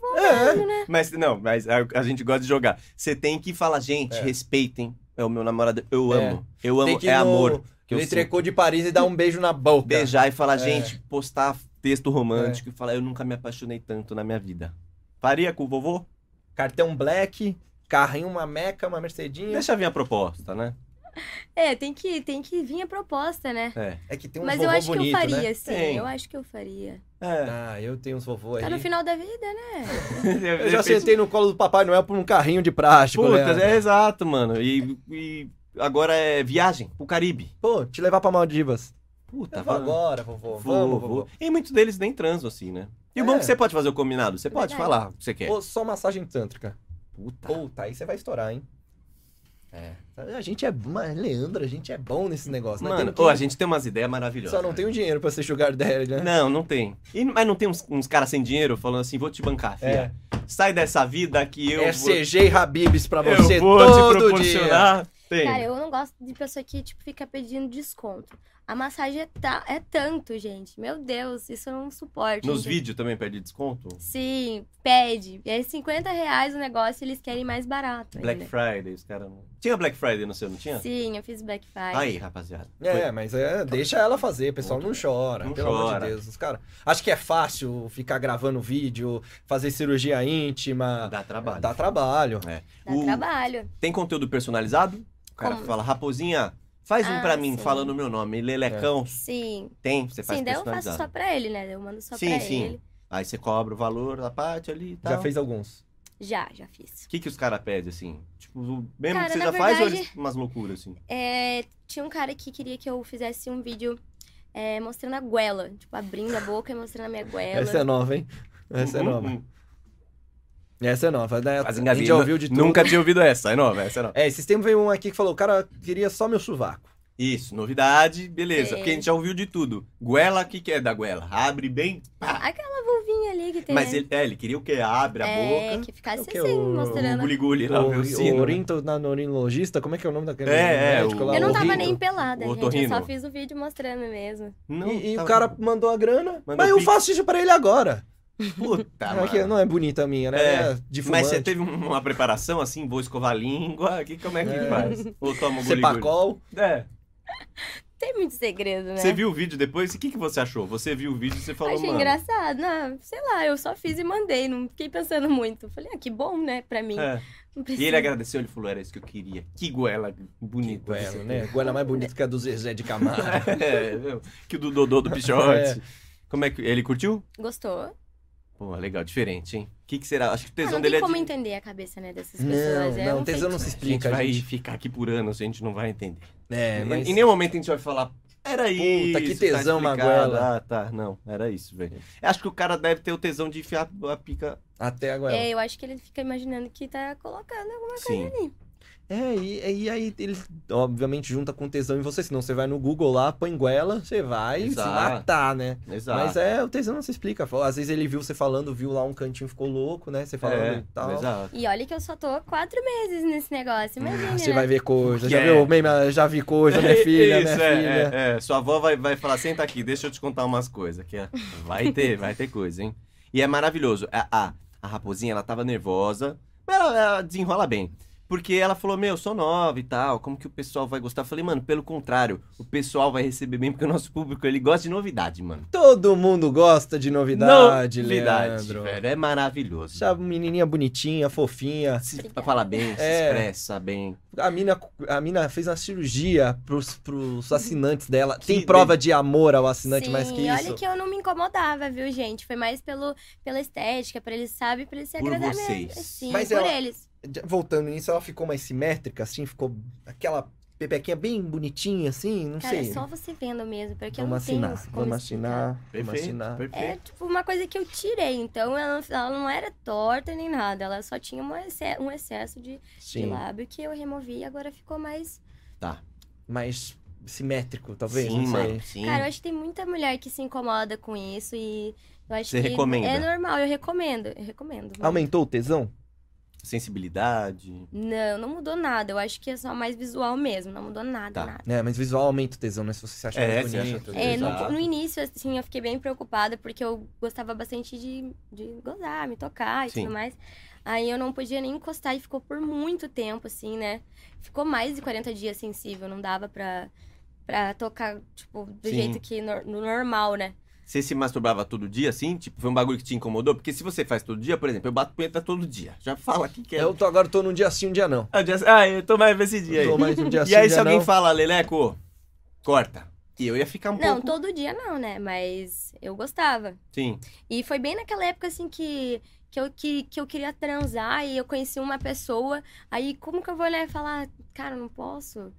Mas não, mas a, a gente gosta de jogar. Você tem que falar, gente, É. respeitem. É o meu namorado. Eu É. amo. Eu Tem amo. que ir É no- amor. Que eu Ele sinto. trecou de Paris e dá um beijo na boca. Beijar e falar, É. gente, postar texto romântico e falar, eu nunca me apaixonei tanto na minha vida. Faria com o vovô? Cartão black, carrinho, uma meca, uma mercedinha. Deixa vir a proposta, né? É, tem que, tem que vir a proposta, né? É. É que tem uns Mas vovô eu acho bonito, que eu faria, né? sim. Tem. Eu acho que eu faria. É. Ah, eu tenho uns vovô aí. Tá no final da vida, né? Eu já sentei no colo do Papai Noel por um carrinho de plástico, Puta, né? é exato, mano. E, e agora é viagem pro Caribe. Pô, te levar pra Maldivas. Puta, Eu vou agora, vovô. Vamos, vovô. E muitos deles nem transam assim, né? E o É. bom é que você pode fazer o combinado. Você pode Verdade. falar o que você quer. Pô, só massagem tântrica. Puta. Puta, aí você vai estourar, hein? É. A gente é... Mas, Leandro, a gente é bom nesse negócio, né? Mano, Tem que- pô, a gente tem umas ideias maravilhosas. Só não tem o dinheiro pra ser sugar daddy, né? Não, não tem. E- mas não tem uns, uns caras sem dinheiro falando assim, vou te bancar, É. filha. Sai dessa vida que eu é vou, CG e Habibs pra você eu vou te todo dia. proporcionar. Tem. Cara, eu não gosto de pessoa que, tipo, fica pedindo desconto. A massagem é, ta- é tanto, gente. Meu Deus, isso eu não suporto. Nos entendeu? vídeos também perde desconto? Sim, pede. É 50 reais o negócio e eles querem mais barato Black ainda. Friday, os caras... não- Tinha Black Friday no seu, não tinha? né? Sim, eu fiz Black Friday. Aí, rapaziada. É, mas é, deixa ela fazer, pessoal. Não chora, Não pelo amor de chora. Deus. Os cara, acho que é fácil ficar gravando vídeo, fazer cirurgia íntima. Dá trabalho. Dá trabalho. Dá O- trabalho. Tem conteúdo personalizado? O cara Como? fala, raposinha, faz um Ah, pra mim sim. falando o meu nome. Lelecão, É. Sim. tem? Você faz Sim, daí eu faço personalizado. só pra ele, né? Eu mando só sim, pra sim. ele. Aí você cobra o valor da parte ali e tal. Já fez alguns. Já, já fiz. O que, que os caras pedem, assim? Tipo, o mesmo Cara, que você na já faz ou verdade- eles- umas loucuras, assim? É, tinha um cara que queria que eu fizesse um vídeo é, mostrando a guela. Tipo, abrindo a boca e mostrando a minha guela. Essa é nova, hein? Essa é Hum, nova. hum, Essa é nova. Né? Faz A gente já engazinha. ouviu de tudo. um, Nunca tinha ouvido essa, é nova, essa é nova. É, esses tempos veio um aqui que falou, cara, eu queria só meu sovaco. Isso, novidade, beleza. Sim. Porque a gente já ouviu de tudo. Guela, o que, que é da guela? Abre bem, pá. Aquela vulvinha ali que tem. Mas né? ele, é, ele queria o quê? Abre a é, boca. que ficasse O que é assim, o- O mostrando. guli-guli lá, o meu O sino. né? orinto na norinlogista, como é que é o nome daquele? É, é, médico o- lá, Eu não tava Orinto? nem pelada, O gente. Eu só otorrino. fiz o vídeo mostrando mesmo. Não, tá E, e o tava- cara mandou a grana, Mandou mas eu pix. faço isso pra ele agora. Puta, Não é Ah, mano. que não é bonita a minha, né? É, É de Mas você fumante. teve um, uma preparação assim, vou escovar a língua, que, como é que É. faz? Ou toma o guli-guli? Cepacol. É. Tem muito segredo, né? Você viu o vídeo depois? E o que, que você achou? Você viu o vídeo e você falou, Achei mano... engraçado. Não, sei lá, eu só fiz e mandei. Não fiquei pensando muito. Falei, ah, que bom, né? Pra mim. É. Não E precisa. ele agradeceu, ele falou, era isso que eu queria. Que goela bonita. você Goela, tem. né? Goela mais bonita que a do Zezé de Camargo. É, meu, que o do Dodô do Pichote. Como é que... Ele curtiu? Gostou? Pô, legal, diferente, hein? O que, que será? Acho que o Ah, tesão não dele tem é como de... entender a cabeça, né, dessas pessoas. é Não, um não, tesão não se A gente explica, vai gente. ficar aqui por anos, a gente não vai entender. É, mas... Em nenhum momento a gente vai falar, era isso. que tesão, tá explicado, Maguela. Ah, tá, não, era isso, velho. Acho que o cara deve ter o tesão de enfiar a pica... Até agora. É, eu acho que ele fica imaginando que tá colocando alguma Sim. É, e, e aí ele obviamente junta com tesão em você, senão você vai no Google lá, põe goela, você vai Exato. se matar, né? Exato. Mas é, o tesão não se explica. Às vezes ele viu você falando, viu lá um cantinho, ficou louco, né? Você falando É, e tal. Exato. E olha que eu só tô há quatro meses nesse negócio, imagina, Ah, Você né? vai ver coisa, já É. viu meme, Ah, já vi coisa, minha filha, Isso, minha é, filha. É, é. Sua avó vai, vai falar, senta aqui, deixa eu te contar umas coisas. Que é- vai ter, vai ter coisa, hein? E é maravilhoso. A, a, a raposinha, ela tava nervosa, mas ela, ela desenrola bem. Porque ela falou, meu, eu sou nova e tal, como que o pessoal vai gostar? Eu falei, mano, pelo contrário, o pessoal vai receber bem, porque o nosso público, ele gosta de novidade, mano. Todo mundo gosta de novidade, Leandro. velho, é maravilhoso. Essa menininha bonitinha, fofinha. Se, fala bem, se É. expressa bem. A mina, a mina fez uma cirurgia pros, pros assinantes dela. Que Tem prova de amor ao assinante Sim, mais que olha isso? que eu não me incomodava, viu, gente? Foi mais pelo, pela estética, pra eles, sabe? Pra eles se Por agradar vocês. mesmo. Sim, Mas por ela- eles. Já Voltando nisso, ela ficou mais simétrica, assim, ficou aquela pepequinha bem bonitinha, assim, não Cara, sei. é só você vendo mesmo, porque eu não Vamos assinar, tenho como vamos explicar. assinar, vamos assinar. É perfeito. tipo uma coisa que eu tirei, então ela, não- ela não era torta nem nada, ela só tinha um, exce- um excesso de, de Sim, lábio que eu removi e agora ficou mais mais simétrico, talvez, sim, não sei. mano, sim. Cara, eu acho que tem muita mulher que se incomoda com isso e eu acho Você que recomenda? é normal, eu recomendo, eu recomendo. Aumentou o tesão? Sensibilidade. Não, não mudou nada, eu acho que é só mais visual mesmo, não mudou nada, Tá. nada. É, mas visual aumenta o tesão, né? Se você se acha É, mais você acha bonito. tudo. É, no, Exato. no início, assim, eu fiquei bem preocupada porque eu gostava bastante de, de gozar, me tocar e Sim. tudo mais. Aí eu não podia nem encostar e ficou por muito tempo, assim, né? Ficou mais de 40 dias sensível, não dava pra, pra tocar, tipo, do Sim. jeito que no, no normal, né? Você se masturbava todo dia, assim? Tipo, foi um bagulho que te incomodou? Porque se você faz todo dia, por exemplo, eu bato punheta todo dia. Já fala o que que é. Eu tô, agora tô num dia sim, um dia não. Ah, já- Ah, eu tô mais pra esse dia aí. Tô mais um dia sim, E aí, um se dia alguém não. fala, Leleco, corta. E eu ia ficar um não, pouco... todo dia não, né? Mas eu gostava. Sim. E foi bem naquela época, assim, que, que, eu, que, que eu queria transar e eu conheci uma pessoa. Aí, como que eu vou olhar e falar, cara, não posso?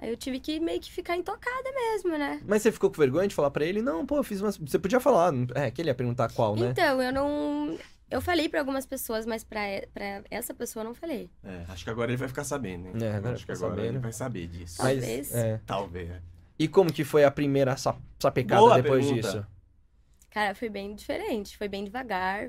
Aí eu tive que meio que ficar intocada mesmo, né? Mas você ficou com vergonha de falar pra ele? Não, pô, eu fiz uma... Você podia falar. não- É, que ele ia perguntar qual, né? Então, eu não. Eu falei pra algumas pessoas, mas pra, e- pra essa pessoa eu não falei. É, acho que agora ele vai ficar sabendo, É, agora acho que vai agora saber, ele né? vai saber disso. Mas- Mas, Talvez. é. Talvez. E como que foi a primeira sa- sapecada Boa depois pergunta. disso? Cara, foi bem diferente. Foi bem devagar,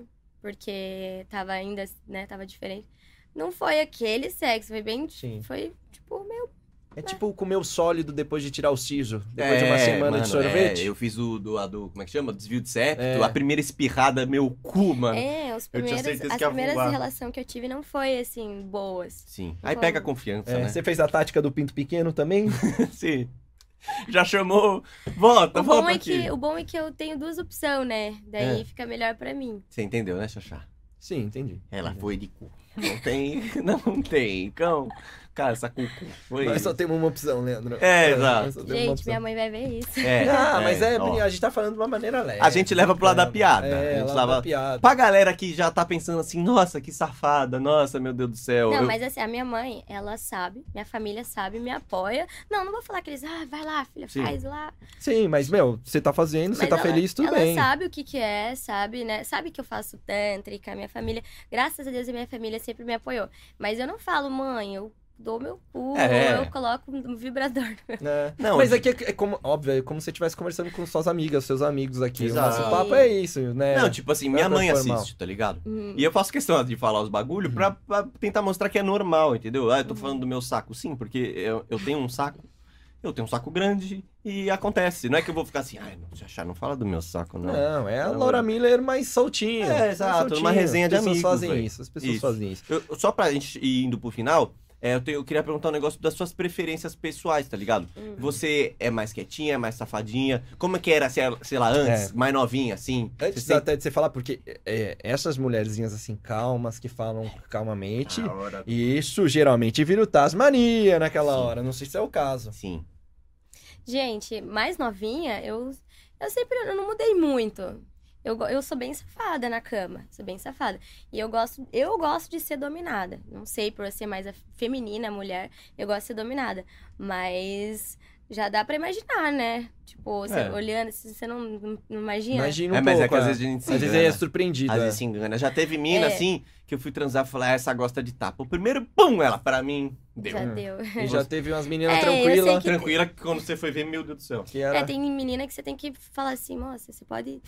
porque tava ainda, né? Tava diferente. Não foi aquele sexo, foi bem. Sim. Foi, tipo, meio. É tipo comer o sólido depois de tirar o siso. Depois de uma É, semana mano, de sorvete. É, eu fiz o do, a do- como é que chama? Desvio de septo. É. A primeira espirrada, meu cu, mano. É, os Ah, Eu tinha primeiros, certeza as que ia primeiras voar. relações que eu tive não foi assim, boas. Sim. Aí Vamos. pega a confiança, É, né? Você fez a tática do pinto pequeno também? Sim. Já chamou. Volta, o, bom Então volta é aqui. que, o bom é que eu tenho duas opções, né? Daí fica melhor pra mim. Você entendeu, né, Xaxá? Sim, entendi. Ela foi de cu. Não tem, não tem. Então, cara, essa cu cu. Foi. Nós só temos uma opção, Leandro. É, exato. nós só temos uma Gente, opção. minha mãe vai ver isso. É, Ah, é, mas é, ó. a gente tá falando de uma maneira leve. A gente leva pro lado da né? piada. É, A gente lado leva- da piada. Pra galera que já tá pensando assim, nossa, que safada, nossa, meu Deus do céu. Não, eu- mas assim, a minha mãe, ela sabe, minha família sabe, me apoia. Não, não vou falar que eles, ah, vai lá, filha, Sim. faz lá. Sim, mas, meu, você tá fazendo, você Mas tá ela- feliz, tudo ela bem. sabe o que que é, sabe, né? Sabe que eu faço tântrica, a minha família. Graças a Deus, a minha família sempre me apoiou. Mas eu não falo, mãe, eu dou meu cu, É. eu coloco um vibrador. né? Não, mas gente- aqui é, é como, óbvio, é como se você estivesse conversando com suas amigas, seus amigos aqui. O Exato. nosso papo é isso, né? Não, tipo assim, minha Nada mãe formal. assiste, tá ligado? Hum. E eu faço questão de falar os bagulho pra, pra tentar mostrar que é normal, entendeu? Hum. Ah, eu tô falando do meu saco, sim, porque eu, eu tenho um saco, eu tenho um saco grande e acontece. Não é que eu vou ficar assim, ai, não, Xaxá, não fala do meu saco, não. Não, é a Não. Laura Miller mais soltinha. É, mais exato, soltinha. uma resenha de As pessoas amigos, fazem véi. isso, as pessoas Isso. fazem isso. Eu- só pra gente ir indo pro final, é, eu, tenho- eu queria perguntar um negócio das suas preferências pessoais, tá ligado? Hum. Você é mais quietinha, mais safadinha? Como é que era, sei sei lá, antes? Mais novinha, assim? É. Antes Você até de você falar, porque é, essas mulherzinhas assim, calmas, que falam calmamente, Da hora. e isso geralmente vira o Tasmania naquela Sim. hora. Não sei se é o caso. Sim. Gente, mais novinha, eu, eu sempre eu não mudei muito. Eu, go- eu sou bem safada na cama, sou bem safada. E eu gosto, eu gosto de ser dominada. Não sei por eu ser mais a feminina, a mulher, eu gosto de ser dominada. Mas já dá pra imaginar, né? Tipo, você É. olhando, se você não, não não imagina. Imagina um É, mas é pouco, que às vezes a gente se Às vezes engana. é surpreendido. Às é. vezes se engana. Já teve mina, É. assim, que eu fui transar e falar, "Ah, essa gosta de tapa. O primeiro, pum, ela, pra mim, deu. Já deu. E já teve umas meninas É, eu sei tranquilas. que- Tranquila que quando você foi ver, meu Deus do céu. Que É, era... tem menina que você tem que falar assim, moça, você pode,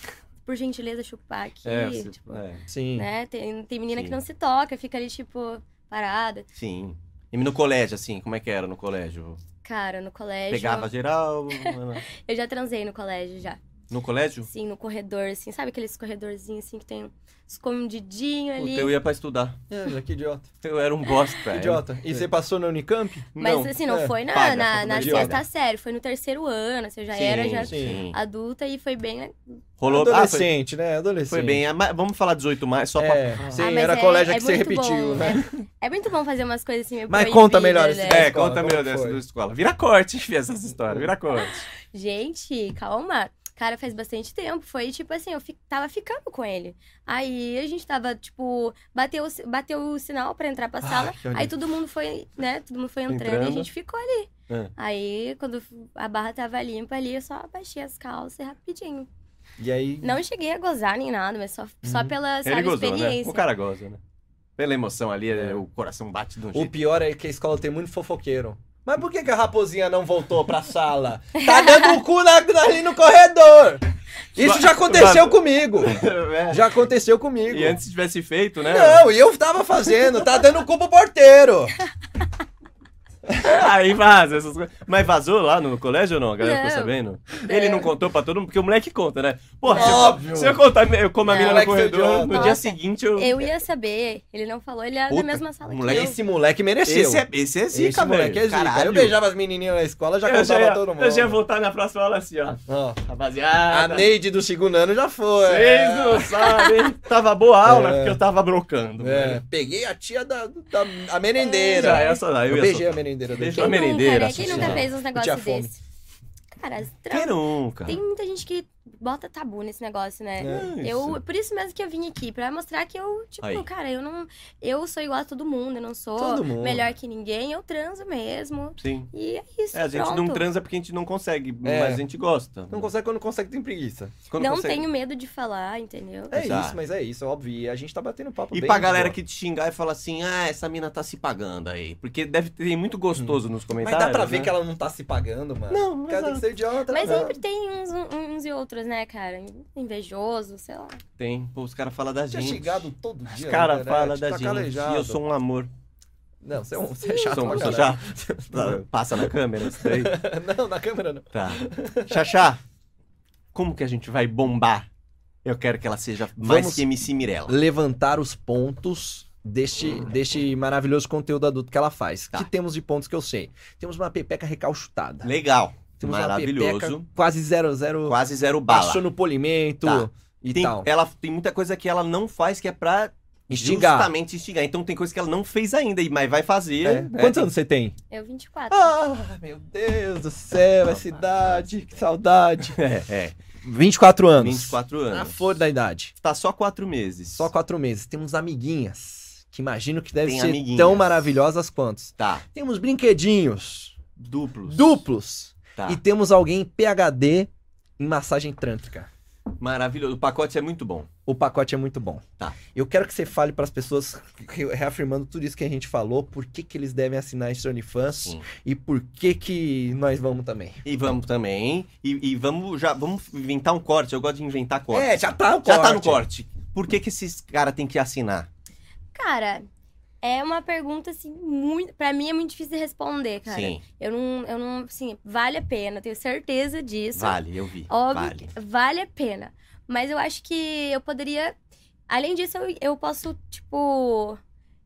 por gentileza, chupar aqui. É, você- tipo, é, Sim. né? Tem, tem menina Sim. que não se toca, fica ali, tipo, parada. sim. E no colégio, assim, como é que era no colégio? Cara, no colégio. Pegava geral? mano? Eu já transei no colégio já. No colégio? Assim, no corredor, assim. Sabe aqueles corredorzinhos, assim, que tem escondidinho ali? Puta, eu ia pra estudar. É, que idiota. Eu era um bosta. Que idiota. E É. você passou na Unicamp? Mas assim, não é, foi na, paga, na, na faculdade sexta paga. série, foi no terceiro ano, assim, eu já Sim, era já sim. adulta e foi bem. né? Rolou. Ah, foi, Adolescente, né? Adolescente. foi bem. Ah, mas Vamos falar 18 mais, só pra. É, sim, Ah, mas era é- colégio é que você muito repetiu, bom, né? É muito bom fazer umas coisas assim meio Mas conta melhor proibidas, esse né? É, escola, conta como melhor dessa foi? da escola. Vira corte, filha, essas histórias. Vira corte. Gente, calma. Cara, faz bastante tempo. Foi tipo assim, eu fi- tava ficando com ele. Aí a gente tava, tipo, bateu, o si- bateu o sinal pra entrar pra sala. Ah, que alívio. aí todo mundo foi, né? Todo mundo foi entrando, e a Entrando. gente ficou ali. É. Aí, quando a barra tava limpa ali, eu só abaixei as calças rapidinho. E aí. Não cheguei a gozar nem nada, mas só, só pela, sabe, Ele gozou, né? experiência. O cara goza, né? Pela emoção ali, é, o coração bate de um O jeito. pior é que a escola tem muito fofoqueiro. Mas por que, que a raposinha não voltou pra sala? Tá dando o cu na, ali no corredor! Isso já aconteceu comigo! É. Já aconteceu comigo. E antes tivesse feito, né? Não, e eu tava fazendo, tá dando o cu pro porteiro! Aí vaza essas coisas. Mas vazou lá no colégio ou não? A galera Não. É. ficou sabendo? Ele não contou pra todo mundo, porque o moleque conta, né? Porra, se eu- Óbvio. se eu contar eu como a Não. mina no Moleque foi corredor, idiota. no dia Nossa, seguinte eu. Eu ia saber. Ele não falou, ele era Puta, da mesma sala moleque que eu. Esse moleque mereceu. Esse é, esse é zica, Esse moleque velho. é zica. Caralho. Eu beijava as menininhas na escola, já Eu já contava ia, todo mundo. eu já ia voltar na próxima aula assim, ó. Ó, a Rapaziada. Neide do segundo ano já foi. Vocês não sabem. Tava boa a aula, É. porque eu tava brocando. É, velho. peguei a tia da, da a Já é merendeira. essa daí, eu, eu ia beijei soltar. a merendeira dele. Beijo. Quem Uma merendeira, nunca, né? Quem assim, nunca né? fez uns tinha negócios fome. desse? Cara, tra- Quem nunca? tem muita gente que bota tabu nesse negócio, né? Tá. É Eu, isso. por isso mesmo que eu vim aqui, pra mostrar que eu, tipo, Aí. cara, eu não. Eu sou igual a todo mundo, eu não sou Todo mundo. melhor que ninguém, eu transo mesmo. Sim. E é isso. É, a gente pronto. não transa porque a gente não consegue, É. mas a gente gosta. Não consegue quando consegue, tem preguiça. Quando Não consegue. tenho medo de falar, entendeu? É Exato. isso, mas é isso, óbvio. E a gente tá batendo papo E bem pra de galera boa. que te xingar e falar assim, ah, essa mina tá se pagando aí. Porque deve ter muito gostoso nos Hum. Mas comentários. dá pra ver né? que ela não tá se pagando, mano. Não, O cara tem que exato. ser idiota. Mas é né? sempre tem uns, uns e outros, né, cara? Invejoso, sei lá. Tem. Pô, os caras falam da Tinha gente. é xingado todo Os dia. caras né? falam Tá da gente. calejado. E eu sou um amor. Não, você é, um, você é chato sou um pra sou caralho. chato. Tá, Passa na câmera isso daí. não, na câmera não. Tá. Xaxá, como que a gente vai bombar? Eu quero que ela seja mais Vamos- que MC Mirella. levantar os pontos deste, deste maravilhoso conteúdo adulto que ela faz. Tá. Que temos de pontos que eu sei? Temos uma pepeca recalchutada. Legal. Temos Uma Maravilhoso. pepeca quase zero, zero Quase zero bala. passou no polimento Tá. e tem, tal. Ela tem muita coisa que ela não faz que é pra Instigar. justamente instigar. Então tem coisa que ela não fez ainda, e- mas vai fazer. É. né? Quantos anos você tem? Eu 24. Ah, meu Deus do céu, essa idade, que saudade. É, é. 24 anos. 24 Na anos. flor da idade. Tá só 4 meses. Ah, Só 4 meses. Temos amiguinhas, que imagino que devem Tem ser amiguinhas. tão maravilhosas quanto. Tá. Temos brinquedinhos Duplos. duplos. Tá. E temos alguém PHD em massagem trântrica. Maravilhoso. O pacote é muito bom. O pacote é muito bom. Tá. Eu quero que você fale para as pessoas, re- reafirmando tudo isso que a gente falou, por que, que eles devem assinar esse OnlyFans Sim. e por que que nós vamos também. E vamos também. E, e vamos já. Vamos inventar um corte. Eu gosto de inventar corte. É, já tá o Já tá no corte. Por que, que esses caras têm que assinar? Cara, é uma pergunta, assim, muito. Pra mim é muito difícil de responder, cara. Sim, Eu não, eu não, assim, vale a pena, eu tenho certeza disso. vale, eu vi. Óbvio vale. que vale a pena. Mas eu acho que eu poderia. Além disso, eu, eu posso, tipo.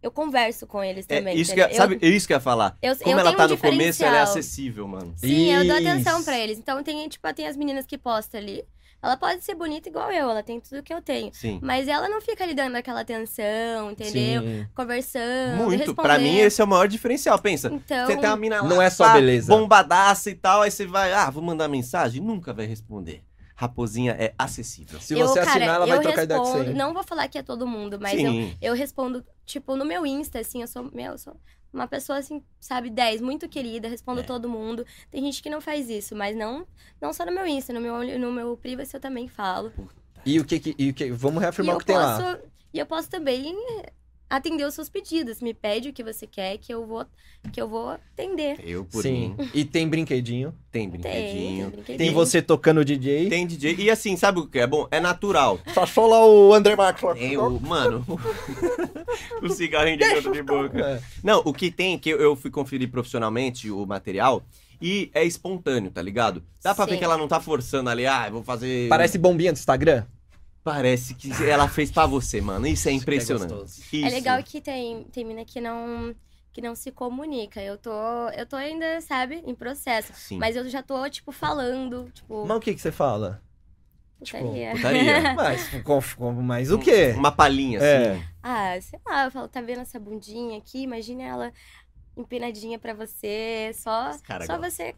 Eu converso com eles É também. isso que, eu- entendeu? sabe, é isso que eu ia falar. Eu, eu, Como eu ela tenho tá um no começo, ela é diferencial. acessível, mano. Sim, eu dou Isso. atenção pra eles. Então tem, tipo, tem as meninas que postam ali. Ela pode ser bonita igual eu, ela tem tudo que eu tenho. Sim. Mas ela não fica ali dando aquela atenção, entendeu? Sim. Conversando, Muito. respondendo. Pra mim, esse é o maior diferencial. Pensa. Então, Você tá- tem uma mina lá, Não é só pá, beleza. Bombadaça e tal, aí você vai, ah, vou mandar mensagem, nunca vai responder. Raposinha é acessível. Se você eu, cara, assinar, ela vai eu trocar ideia com respondo, você. Não vou falar que é todo mundo, mas eu, Sim. eu respondo, tipo, no meu Insta, assim, eu sou, meu, eu sou uma pessoa, assim, sabe, 10, muito querida, respondo É. todo mundo. Tem gente que não faz isso, mas não, não só no meu Insta, no meu, no meu privacy eu também falo. E o que que... E o que vamos e reafirmar eu o que tem posso, lá. E eu posso também atender os seus pedidos. Me pede o que você quer, que eu vou, que eu vou atender. Eu, por Sim. mim, E tem brinquedinho. tem Tem, brinquedinho. brinquedinho. Tem você tocando DJ. Tem DJ. E assim, sabe o que é bom? É natural. Só sola o André Marques. lá. Tem o, mano. o cigarrinho de canto de boca. É. Não, o que tem, que eu- eu fui conferir profissionalmente o material, e é espontâneo, tá ligado? Dá pra ver Sim. que ela não tá forçando ali, ah, eu vou fazer. Parece bombinha do Instagram. Parece que ela fez pra você, mano. Isso Isso que é é impressionante. gostoso. Isso. É legal que tem, tem mina que não, que não se comunica. Eu tô, eu tô ainda, sabe, em processo. Sim. Mas eu já tô, tipo, falando, tipo, Mas é. tipo, o que que você fala? putaria. Putaria. Mas, com- com- mas o quê? Uma palhinha, assim. É. Ah, sei lá, eu falo, tá vendo essa bundinha aqui? Imagina ela empenadinha pra você, só, Os é cara só você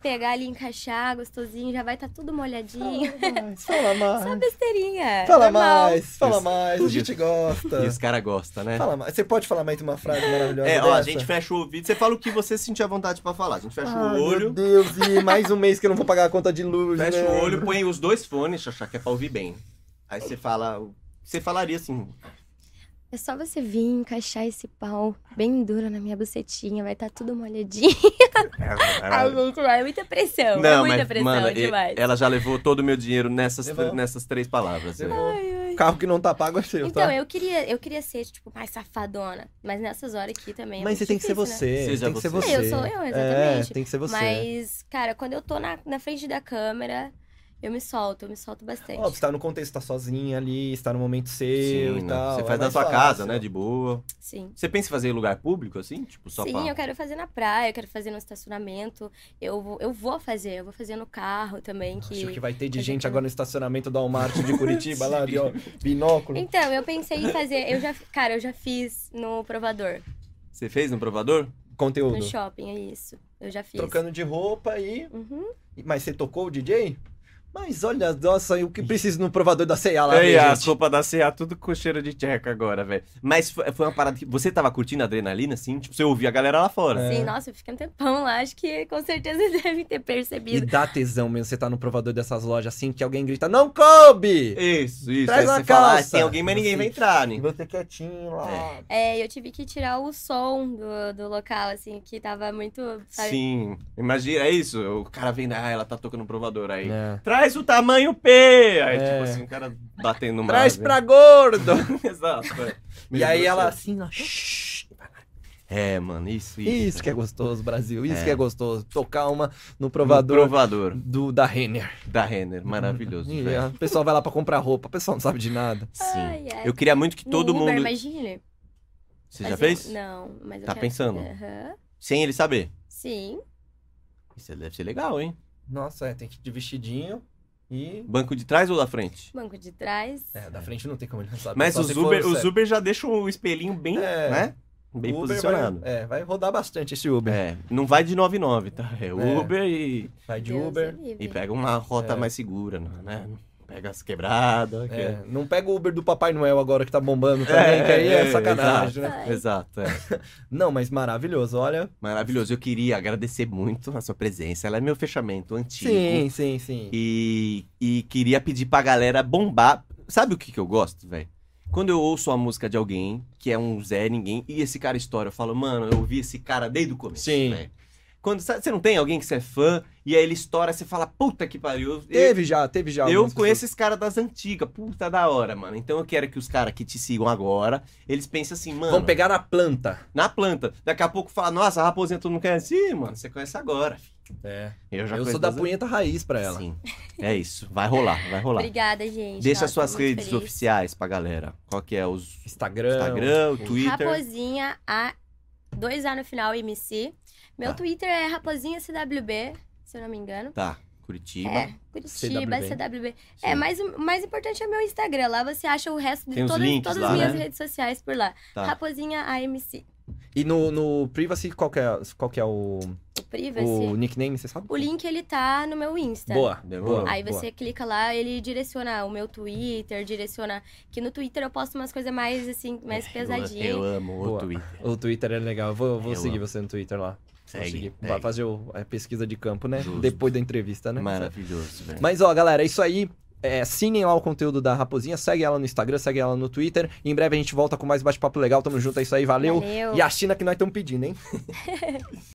pegar ali, encaixar, gostosinho, já vai tá tudo molhadinho. Fala mais. Só besteirinha. Fala É, normal. mais, fala mais, a gente Isso. gosta. E os caras gostam, né? Fala mais. Você pode falar mais uma frase maravilhosa É, ó, a dessa? gente fecha o ouvido. Você fala o que você sentir à vontade pra falar. A gente fecha Ah, o Ai, Meu olho, Deus, e mais um mês que eu não vou pagar a conta de luz. fecha né? o olho, põe os dois fones, Xaxá, que é pra ouvir bem. Aí você fala. o- Você falaria assim. É só você vir encaixar esse pau bem duro na minha bucetinha, vai tá tudo molhadinho. Ai, gente, é muita pressão. é muita pressão e- demais. ela já levou todo o meu dinheiro nessas, Levou. nessas três palavras. né? Levou. Carro que não tá pago é seu, Então, tá? eu queria, eu queria ser, tipo, mais safadona. Mas nessas horas aqui também. é Mas você muito tem que ser difícil, né? você. Seja tem que ser você. você. É, eu sou eu, É, exatamente. tem que ser você. Mas, cara, quando eu tô na, na frente da câmera, eu me solto, eu me solto bastante. Ó, você tá no contexto, tá sozinha ali, está no momento seu né? e tal. Você é faz na mais sua fácil. casa, né? De boa. Sim. Você pensa em fazer em lugar público, assim? Tipo, só Sim, pra... eu quero fazer na praia, eu quero fazer no estacionamento. Eu vou, eu vou fazer, eu vou fazer no carro também. Acho que Que... vai ter de que- gente agora no estacionamento do Walmart de Curitiba, lá, ali, ó, binóculo. Então, eu pensei em fazer. Eu já, cara, eu já fiz no provador, Você fez no provador? Conteúdo. no shopping, é isso. Eu já fiz. Trocando de roupa e. Uhum. Mas você tocou o DJ? Mas olha, nossa, o que precisa no provador da ceia lá, Ei, né, as gente? roupas da CA, tudo com cheiro de tcheca agora, velho. Mas foi foi uma parada que... Você tava curtindo a adrenalina, assim? Tipo, você ouvia a galera lá fora. Sim, nossa, eu fiquei um tempão lá. Acho que com certeza vocês devem ter E percebido. dá tesão mesmo, você tá no provador dessas lojas assim, que alguém grita, não coube! É. Isso, isso. Traz Aí uma você fala, ah, calça. tem alguém, mas ninguém vai entrar, né? você quietinho lá. É, eu tive que tirar o som do, do local, assim, que tava muito. Sabe? Sim. Imagina, é isso. O cara vem, ah, ela tá tocando no provador aí. É. Traz o tamanho P! Aí, É. tipo assim, o cara batendo no Traz mar, pra gordo! velho. Exato. é. e aí Meu ela Deus do assim, ó, shhh. céu. É, mano, isso, isso. Isso que é gostoso, Brasil, isso É. que é gostoso. Tocar uma no No provador Um provador do, da Renner. da Renner. Maravilhoso, E, velho. ó, O pessoal vai lá pra comprar roupa, o pessoal não sabe de nada. Sim. Ai, é. ai. Eu queria muito que No todo Uber, mundo. imagine. Você Mas já eu- fez? Não, mas eu Tá quero- pensando? Aham. Sem ele saber. Sim. Isso deve ser legal, hein? Nossa, é, tem que ir de vestidinho e. Banco de trás ou da frente? Banco de trás. É, da frente não tem como ele não sabe. Mas só os se for Uber, o os sério. Uber já deixam o espelhinho bem, É. né? Bem O Uber posicionado. Vai, é, vai rodar bastante esse Uber. É, não vai de 99, tá? É Uber e, Vai de Deus Uber. é livre. e pega uma rota É. mais segura, né? Pega as quebradas. que- É, não pega o Uber do Papai Noel agora que tá bombando também, que aí é, sacanagem, né? exato. né? Exato, é. Não, mas maravilhoso, olha. Maravilhoso. Eu queria agradecer muito a sua presença. Ela é meu fechamento antigo. Sim, sim, sim. E, e queria pedir pra galera bombar. Sabe o que, que eu gosto, velho? Quando eu ouço a música de alguém, que é um Zé Ninguém, e esse cara estoura, eu falo, mano, eu ouvi esse cara desde o começo. Sim. velho." Quando sabe, você não tem alguém que você é fã, e aí ele estoura, você fala, puta que pariu. Eu, Teve já, teve já. eu algumas conheço esses caras das antigas, puta da hora, mano. Então eu quero que os caras que te sigam agora, eles pensem assim, pessoas. mano, Vamos pegar na planta. na planta. Daqui a pouco fala, nossa, a raposinha tu não quer assim, mano, você conhece agora. filho." É. Eu já Eu conheço sou da das- punheta raiz pra ela. Sim. É isso. Vai rolar, vai rolar. Obrigada, gente. Deixa Nossa, as suas tô muito redes feliz. oficiais pra galera. Qual que é? Os Instagram. Instagram, o Twitter. Raposinha A. Dois A no final, MC. Meu Tá. Twitter é Raposinha CWB, se eu não me engano. Tá, Curitiba. É, Curitiba, CWB. CWB. Sim. É, mas o mais importante é meu Instagram. Lá você acha o resto de Tem os todas, links todas lá, as minhas né? redes sociais por lá. Tá. Raposinha AMC. E no, no Privacy, qual que é, qual que é o, O Privacy. o O... nickname, você sabe? link, ele tá no meu Insta. Boa, Demorou. boa. Aí boa. você clica lá, ele direciona o meu Twitter, direciona... Que no Twitter eu posto umas coisas mais, assim, mais É, Eu- pesadinhas. Eu, amo o Boa. Twitter. O Twitter é legal, eu vou, eu vou Eu seguir amo. você no Twitter lá. Vou Segue, seguir. segue. Vai fazer o- a pesquisa de campo, né? Justo. Depois da entrevista, né? Maravilhoso, velho. Mas ó, galera, é isso aí. É, assinem lá o conteúdo da Raposinha, segue ela no Instagram, segue ela no Twitter. Em breve a gente volta com mais bate-papo legal. Tamo junto, é isso aí, valeu. Valeu. E a China que nós estamos pedindo, hein?